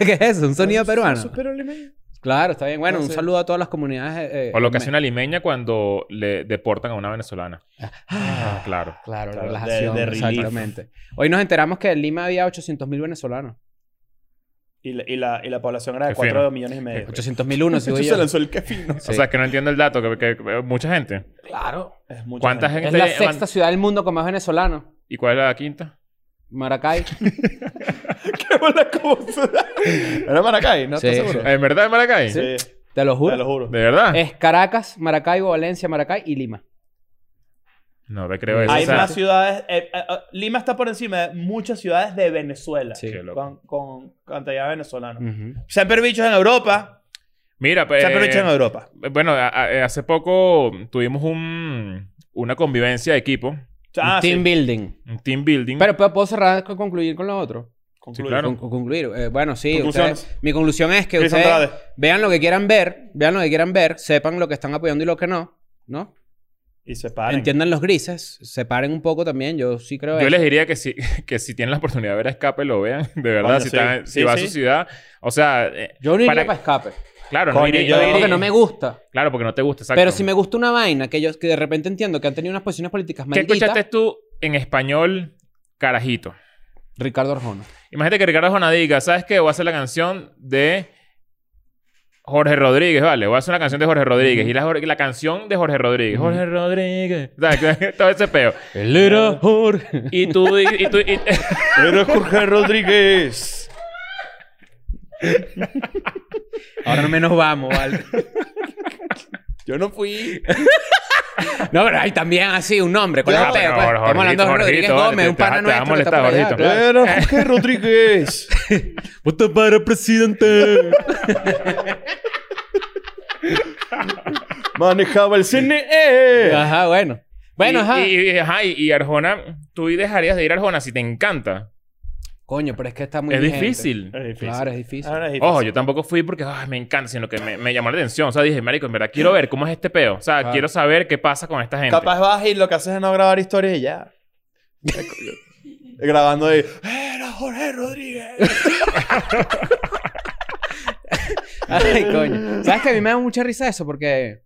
D: ¿Qué es eso? ¿Un sonido peruano?
C: Suspiro limeño.
D: Claro, está bien. Bueno,
C: No
D: un
C: sé.
D: saludo a todas las comunidades. eh, eh,
B: O lo que hace una limeña cuando le deportan a una venezolana. Ah, claro.
D: Claro, la
C: Claro, de-
D: relajación.
C: de relief.
D: exactamente. Hoy nos enteramos que en Lima había 800.000 venezolanos.
C: Y la, y, la, y la población era de
B: Qué
C: 4
B: fino.
C: millones y medio.
D: 800.000 si voy
C: Eso
D: yo.
C: se lanzó el que fino.
D: Sí.
B: O sea, que no entiendo el dato. Que, que- que- mucha gente.
E: Claro.
C: Es mucha
B: ¿Cuánta
C: gente.
B: gente?
D: es la sexta ciudad del mundo con más venezolanos.
B: ¿Y cuál es la quinta?
D: Maracay.
C: ¿Qué bola como se da? ¿Era Maracay? ¿No
D: Sí,
C: estás seguro?
B: ¿En verdad es Maracay?
C: Sí.
D: Te lo juro.
C: Te lo juro.
B: ¿De verdad?
D: Es Caracas, Maracaibo, Valencia, Maracay y Lima.
B: No te creo eso.
C: Hay
B: o sea,
C: más ciudades. eh, eh, eh, Lima está por encima de muchas ciudades de Venezuela.
D: Sí.
B: Qué loco.
C: Con, con cantidad de venezolanos.
D: Ujú.
C: Se han perdido en Europa.
B: Mira,
C: Se
B: pues...
C: han perdido en Europa.
B: Bueno, a- a- hace poco tuvimos un, una convivencia de equipo,
C: Ah,
D: Un Team
C: sí.
D: building.
B: un team building.
D: Pero, pero puedo cerrar, con- concluir con lo otro.
C: Concluye.
B: claro.
D: Con- con- concluir. Eh, bueno, sí.
C: Conclusiones.
D: ustedes- mi conclusión es que
C: Chris
D: ustedes
C: Andrade.
D: vean lo que quieran ver, vean lo que quieran ver, sepan lo que están apoyando y lo que no, ¿no?
C: Y se paren.
D: Entiendan los grises, separen un poco también. Yo sí creo
B: Yo
D: eso.
B: les diría que si, que si tienen la oportunidad de ver a Escape, lo vean. De verdad,
C: Coño,
B: si,
C: sí.
B: están- si
C: Sí,
B: va
C: sí.
B: a su ciudad. O sea, eh,
D: Yo no iría
B: Para-
D: para, escape.
B: claro,
C: Coño,
B: no iría-
C: yo
B: no
C: diría-
B: iría-
D: Porque no me gusta.
B: Claro, porque no te gusta. Exacto.
D: Pero si me gusta una vaina que yo que de repente entiendo que han tenido unas posiciones políticas
B: ¿Qué
D: malditas,
B: escuchaste tú en español, carajito?
D: Ricardo Arjona.
B: Imagínate que Ricardo Arjona diga, ¿sabes qué? Voy a hacer la canción de Jorge Rodríguez, ¿vale? Voy a hacer una canción de Jorge Rodríguez. Y la, Jor- la canción de Jorge Rodríguez. Jorge Rodríguez. O sea, Todo ese peo.
D: El era Jorge.
B: Y tú... di- Y tú y-
C: Pero Jorge Rodríguez.
D: Ahora no menos vamos, ¿vale?
C: Yo no fui.
D: No, pero hay también así un nombre con
B: No,
D: los peos,
B: no,
D: pues.
B: Jorgito,
D: Estamos hablando de Jorge Rodríguez
B: Jorgito, vale,
D: Gómez,
B: te-
D: un
B: te-
D: pana
B: te va a
D: nuestro que está por
B: molestar,
D: allá,
B: Jorgito.
D: claro.
C: Era Jorge Rodríguez.
D: Vota para presidente.
C: Manejaba el Eh. CNE.
D: Ajá, bueno. Bueno,
B: y,
D: ajá.
B: Y, y- ajá, y- y Arjona, tú dejarías de ir a Arjona si te encanta.
D: Coño, pero es que está muy
B: es
D: vigente.
B: difícil.
C: Es difícil. Ah.
D: Claro, es difícil.
C: Ahora es difícil.
B: Ojo, yo tampoco fui porque ay, me encanta, sino que me, me llamó la atención. O sea, dije, marico, en verdad quiero ver cómo es este peo. O sea,
D: Claro.
B: quiero saber qué pasa con esta gente.
C: Capaz vas y lo que haces es no grabar historias y ya. Grabando ahí. Era Jorge Rodríguez.
D: Ay, coño. ¿Sabes que a mí me da mucha risa eso? Porque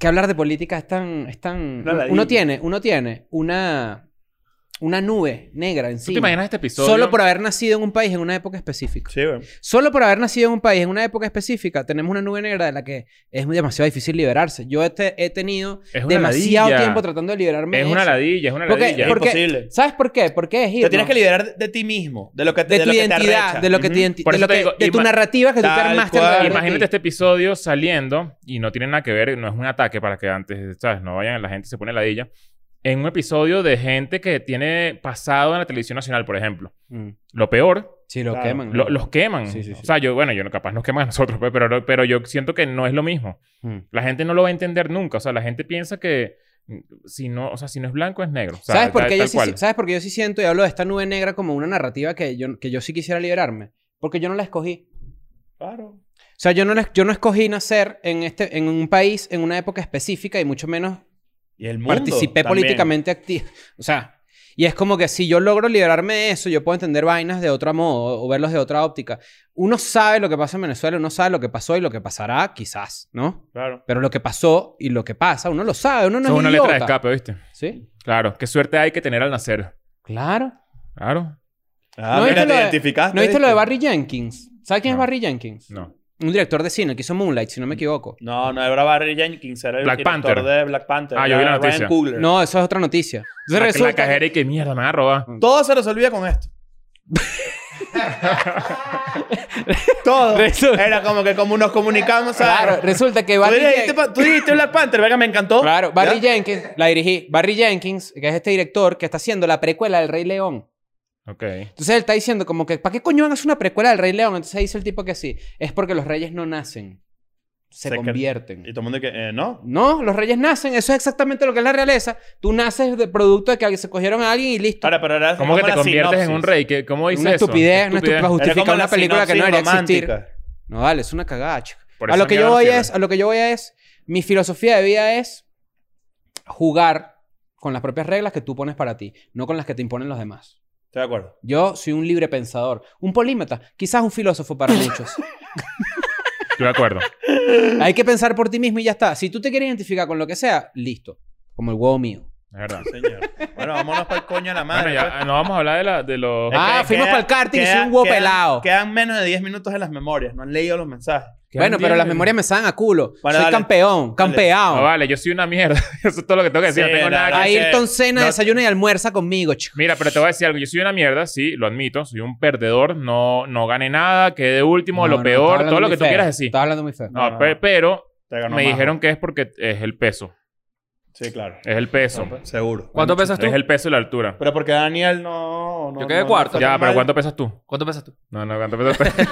D: que hablar de política es tan... Es tan...
C: Una ladilla.
D: uno tiene, uno tiene una, una nube negra
B: ¿Tú
D: encima.
B: te imaginas este episodio?
D: Solo por haber nacido en un país en una época específica.
C: Sí, güey.
D: Solo por haber nacido en un país en una época específica, tenemos una nube negra de la que es muy- demasiado difícil liberarse. Yo este- he tenido
B: Es una
D: demasiado
B: ladilla.
D: tiempo tratando de liberarme. de
B: Es una
D: eso.
B: ladilla, es una
D: Porque-
B: ladilla.
D: porque-
C: Imposible.
D: ¿Sabes por qué? Porque es ir.
C: Te tienes que liberar de, de ti mismo. De lo que te
D: de,
C: de
D: tu
C: lo que te
D: identidad,
C: arrecha.
D: de lo que te
C: Ujú.
D: identi-
B: Por
D: de
B: eso
D: lo
B: te
D: que-
B: digo,
D: de tu
B: ima-
D: narrativa que tú te
C: Tal
D: armaste.
C: cual.
D: alrededor de ti.
B: Imagínate este episodio saliendo y no tiene nada que ver, no es un ataque para que antes, ¿sabes? No vayan, la gente se pone ladilla. En un episodio de gente que tiene pasado en la televisión nacional, por ejemplo.
D: Mm.
B: Lo peor
D: Sí, lo
C: Claro.
D: queman.
B: Lo- los queman.
D: Sí, sí, sí.
B: O sea, yo, bueno, yo no- capaz nos queman a nosotros, pues, pero, pero yo siento que no es lo mismo.
D: Mm.
B: La gente no lo va a entender nunca. O sea, la gente piensa que mm, si no, o sea, si no es blanco, es negro. O sea,
D: ¿Sabes por
B: tal-
D: qué yo
B: tal
D: sí,
B: cual.
D: ¿Sabes por qué yo sí siento y hablo de esta nube negra como una narrativa que yo, que yo sí quisiera liberarme? Porque yo no la escogí.
C: Claro.
D: O sea, yo no, la- yo no escogí nacer en, este, en un país, en una época específica y mucho menos
C: Y el mundo.
D: participé
C: también.
D: políticamente activo. O sea, y es como que si yo logro liberarme de eso, yo puedo entender vainas de otro modo o verlos de otra óptica. Uno sabe lo que pasa en Venezuela, uno sabe lo que pasó y lo que pasará, quizás, ¿no?
C: Claro.
D: Pero lo que pasó y lo que pasa, uno lo sabe, uno no
B: Eso
D: es
B: es una
D: idiota.
B: letra de escape, ¿viste?
D: ¿Sí?
B: Claro. Qué suerte hay que tener al nacer.
D: Claro.
B: Claro.
C: Ah,
D: ¿No
C: mira,
D: viste
C: te
D: lo de-
C: identificaste.
D: ¿No viste lo de
C: ¿viste?
D: Barry Jenkins? ¿Sabes quién es
B: No.
D: Barry Jenkins?
B: No.
D: un director de cine que hizo Moonlight, si no me equivoco.
C: No, no era Barry Jenkins, era el
B: Black
C: director
B: Panther.
C: de Black Panther.
B: Ah, yo vi
C: era
B: la noticia.
C: Ryan Coogler.
D: No, eso es otra noticia.
B: La,
D: Entonces
B: la
D: resulta
B: cajera y que mierda, me van a robar.
C: Todo se resolvía con esto. Todo.
D: Resulta-
C: Era como que como nos comunicamos.
D: Claro, resulta que Barry
C: ¿Tú dijiste,
D: Jen-
C: pa- tú dijiste Black Panther, venga, me encantó.
D: Claro, Barry
C: ¿Ya?
D: Jenkins, la dirigí. Barry Jenkins, que es este director que está haciendo la precuela del Rey León.
B: Ok.
D: Entonces él está diciendo como que, ¿para qué coño van a hacer una precuela del Rey León? Entonces dice el tipo que sí, es porque los reyes no nacen, se
C: Se cre-
D: convierten.
C: Y todo el mundo que, eh, no.
D: No, los reyes nacen, eso es exactamente lo que es la realeza. Tú naces de producto de que se cogieron a alguien y listo.
C: Ahora, pero era
B: ¿Cómo
C: era
B: que te
C: la
B: conviertes en
C: sinopsis.
B: un rey? ¿Qué- ¿Cómo dices
D: una
B: eso?
D: estupidez,
B: Qué
D: una estupidez para
C: Era
D: justificar
C: como
D: una
C: la
D: película que no
C: sinopsis
D: debería existir.
C: romántica.
D: No, dale, es una cagada, chico.
B: Por
D: A
B: eso
D: lo que
B: mierda
D: yo
B: no
D: voy
B: sirve.
D: es, a lo que yo voy es, mi filosofía de vida es jugar con las propias reglas que tú pones para ti, no con las que te imponen los demás.
C: Estoy de acuerdo.
D: Yo soy un libre pensador, un polímata, quizás un filósofo para muchos.
B: Estoy de acuerdo.
D: Hay que pensar por ti mismo y ya está. Si tú te quieres identificar con lo que sea, listo. Como el huevo mío.
B: Es verdad.
C: Señor. Bueno, vámonos para el coño a la
B: Bueno,
C: madre.
B: ya no vamos a hablar de, la, de los...
D: Ah, fuimos pa'l karting y soy un huevo pelado.
C: Quedan menos de 10 minutos en las memorias. No han leído los mensajes.
D: Bueno, pero las memorias me salen a culo.
C: Vale,
D: soy
C: dale.
D: campeón, campeón.
B: No, vale, yo soy una mierda. Eso es todo lo que tengo que decir.
C: Sí,
B: no tengo
C: la-
B: nada que
C: la-
B: decir.
D: Ayrton Senna
C: no-
D: desayuna y almuerza conmigo, chico.
B: Mira, pero te voy a decir algo. Yo soy una mierda, sí, lo admito. Soy un perdedor. No, no gané nada, quedé último,
D: No,
B: lo
D: no, estaba
B: peor,
D: hablando
B: todo lo
D: muy
B: que tú
D: feo.
B: quieras decir.
D: Estaba hablando muy feo.
B: No,
C: No, no,
B: pe-
C: no.
B: pero
C: Te ganó
B: me
C: Majo.
B: dijeron que es porque es el peso.
C: Sí, claro.
B: Es el peso.
C: pues, Seguro.
E: ¿Cuánto pesas tú?
B: Es el peso y la altura.
C: Pero porque Daniel no. no
E: Yo quedé
C: no-
E: cuarto.
B: ya,
C: tan
B: pero
C: pues, mal.
B: ¿cuánto pesas tú?
E: ¿Cuánto pesas tú?
B: No, no, ¿cuánto pesas tú?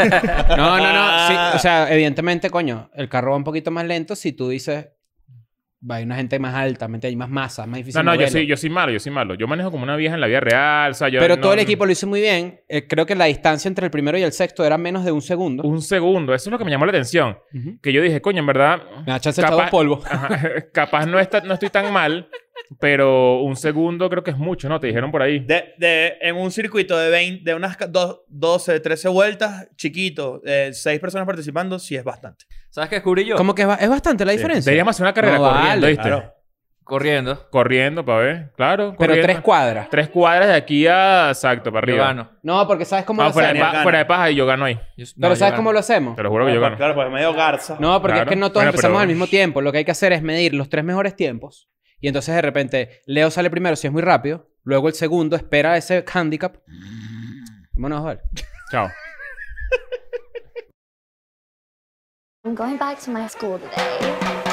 D: No, no, no. sí, o sea, evidentemente, coño, el carro va un poquito más lento si tú dices. Va, hay una gente más alta, ¿me entiendes? hay más masa, más difícil.
B: no, no, yo
D: moverlo.
B: soy, yo soy malo, yo soy malo. Yo manejo como una vieja en la vida real. O sea, yo
D: Pero
B: no-
D: todo el equipo lo hizo muy bien. Eh, creo que la distancia entre el primero y el sexto era menos de un segundo.
B: Un segundo. Eso es lo que me llamó la atención.
D: Ujú.
B: Que yo dije, coño, en verdad...
D: La chance
B: Capaz-
D: echaba un polvo.
B: Ajá, capaz no, está, no estoy tan mal, pero un segundo creo que es mucho, ¿no? Te dijeron por ahí.
C: De, de, en un circuito de 20, de unas ca- dos- 12, 13 vueltas, chiquito, 6 personas participando, sí es bastante.
E: ¿Sabes qué descubrí yo?
D: Como que es, ba- es bastante la diferencia.
B: Deberíamos hacer una carrera
D: No,
B: corriendo,
D: vale,
B: ¿viste?
C: Claro.
E: Corriendo.
B: Corriendo, para ver. Claro,
D: Pero
B: corriendo.
D: tres cuadras.
B: Tres cuadras de aquí a... Exacto, para
E: Yo
B: arriba.
E: gano.
D: No, porque ¿sabes cómo
B: No,
D: lo
B: Ah, fuera, de
D: hacemos?
B: pa-
C: gano.
B: fuera de paja y yo gano ahí.
E: Yo- no,
D: Pero
E: yo
D: ¿sabes
E: gano.
D: cómo lo hacemos?
B: Te lo juro que yo gano.
C: Claro, claro, pues medio garza.
D: No, porque
B: Claro.
D: es que no todos
B: Bueno,
D: empezamos
B: pero-
D: al mismo tiempo. Lo que hay que hacer es medir los tres mejores tiempos. Y entonces de repente Leo sale primero si es muy rápido. Luego el segundo espera ese handicap. Vámonos a ver.
B: Chao.
A: I'm going back to my school today.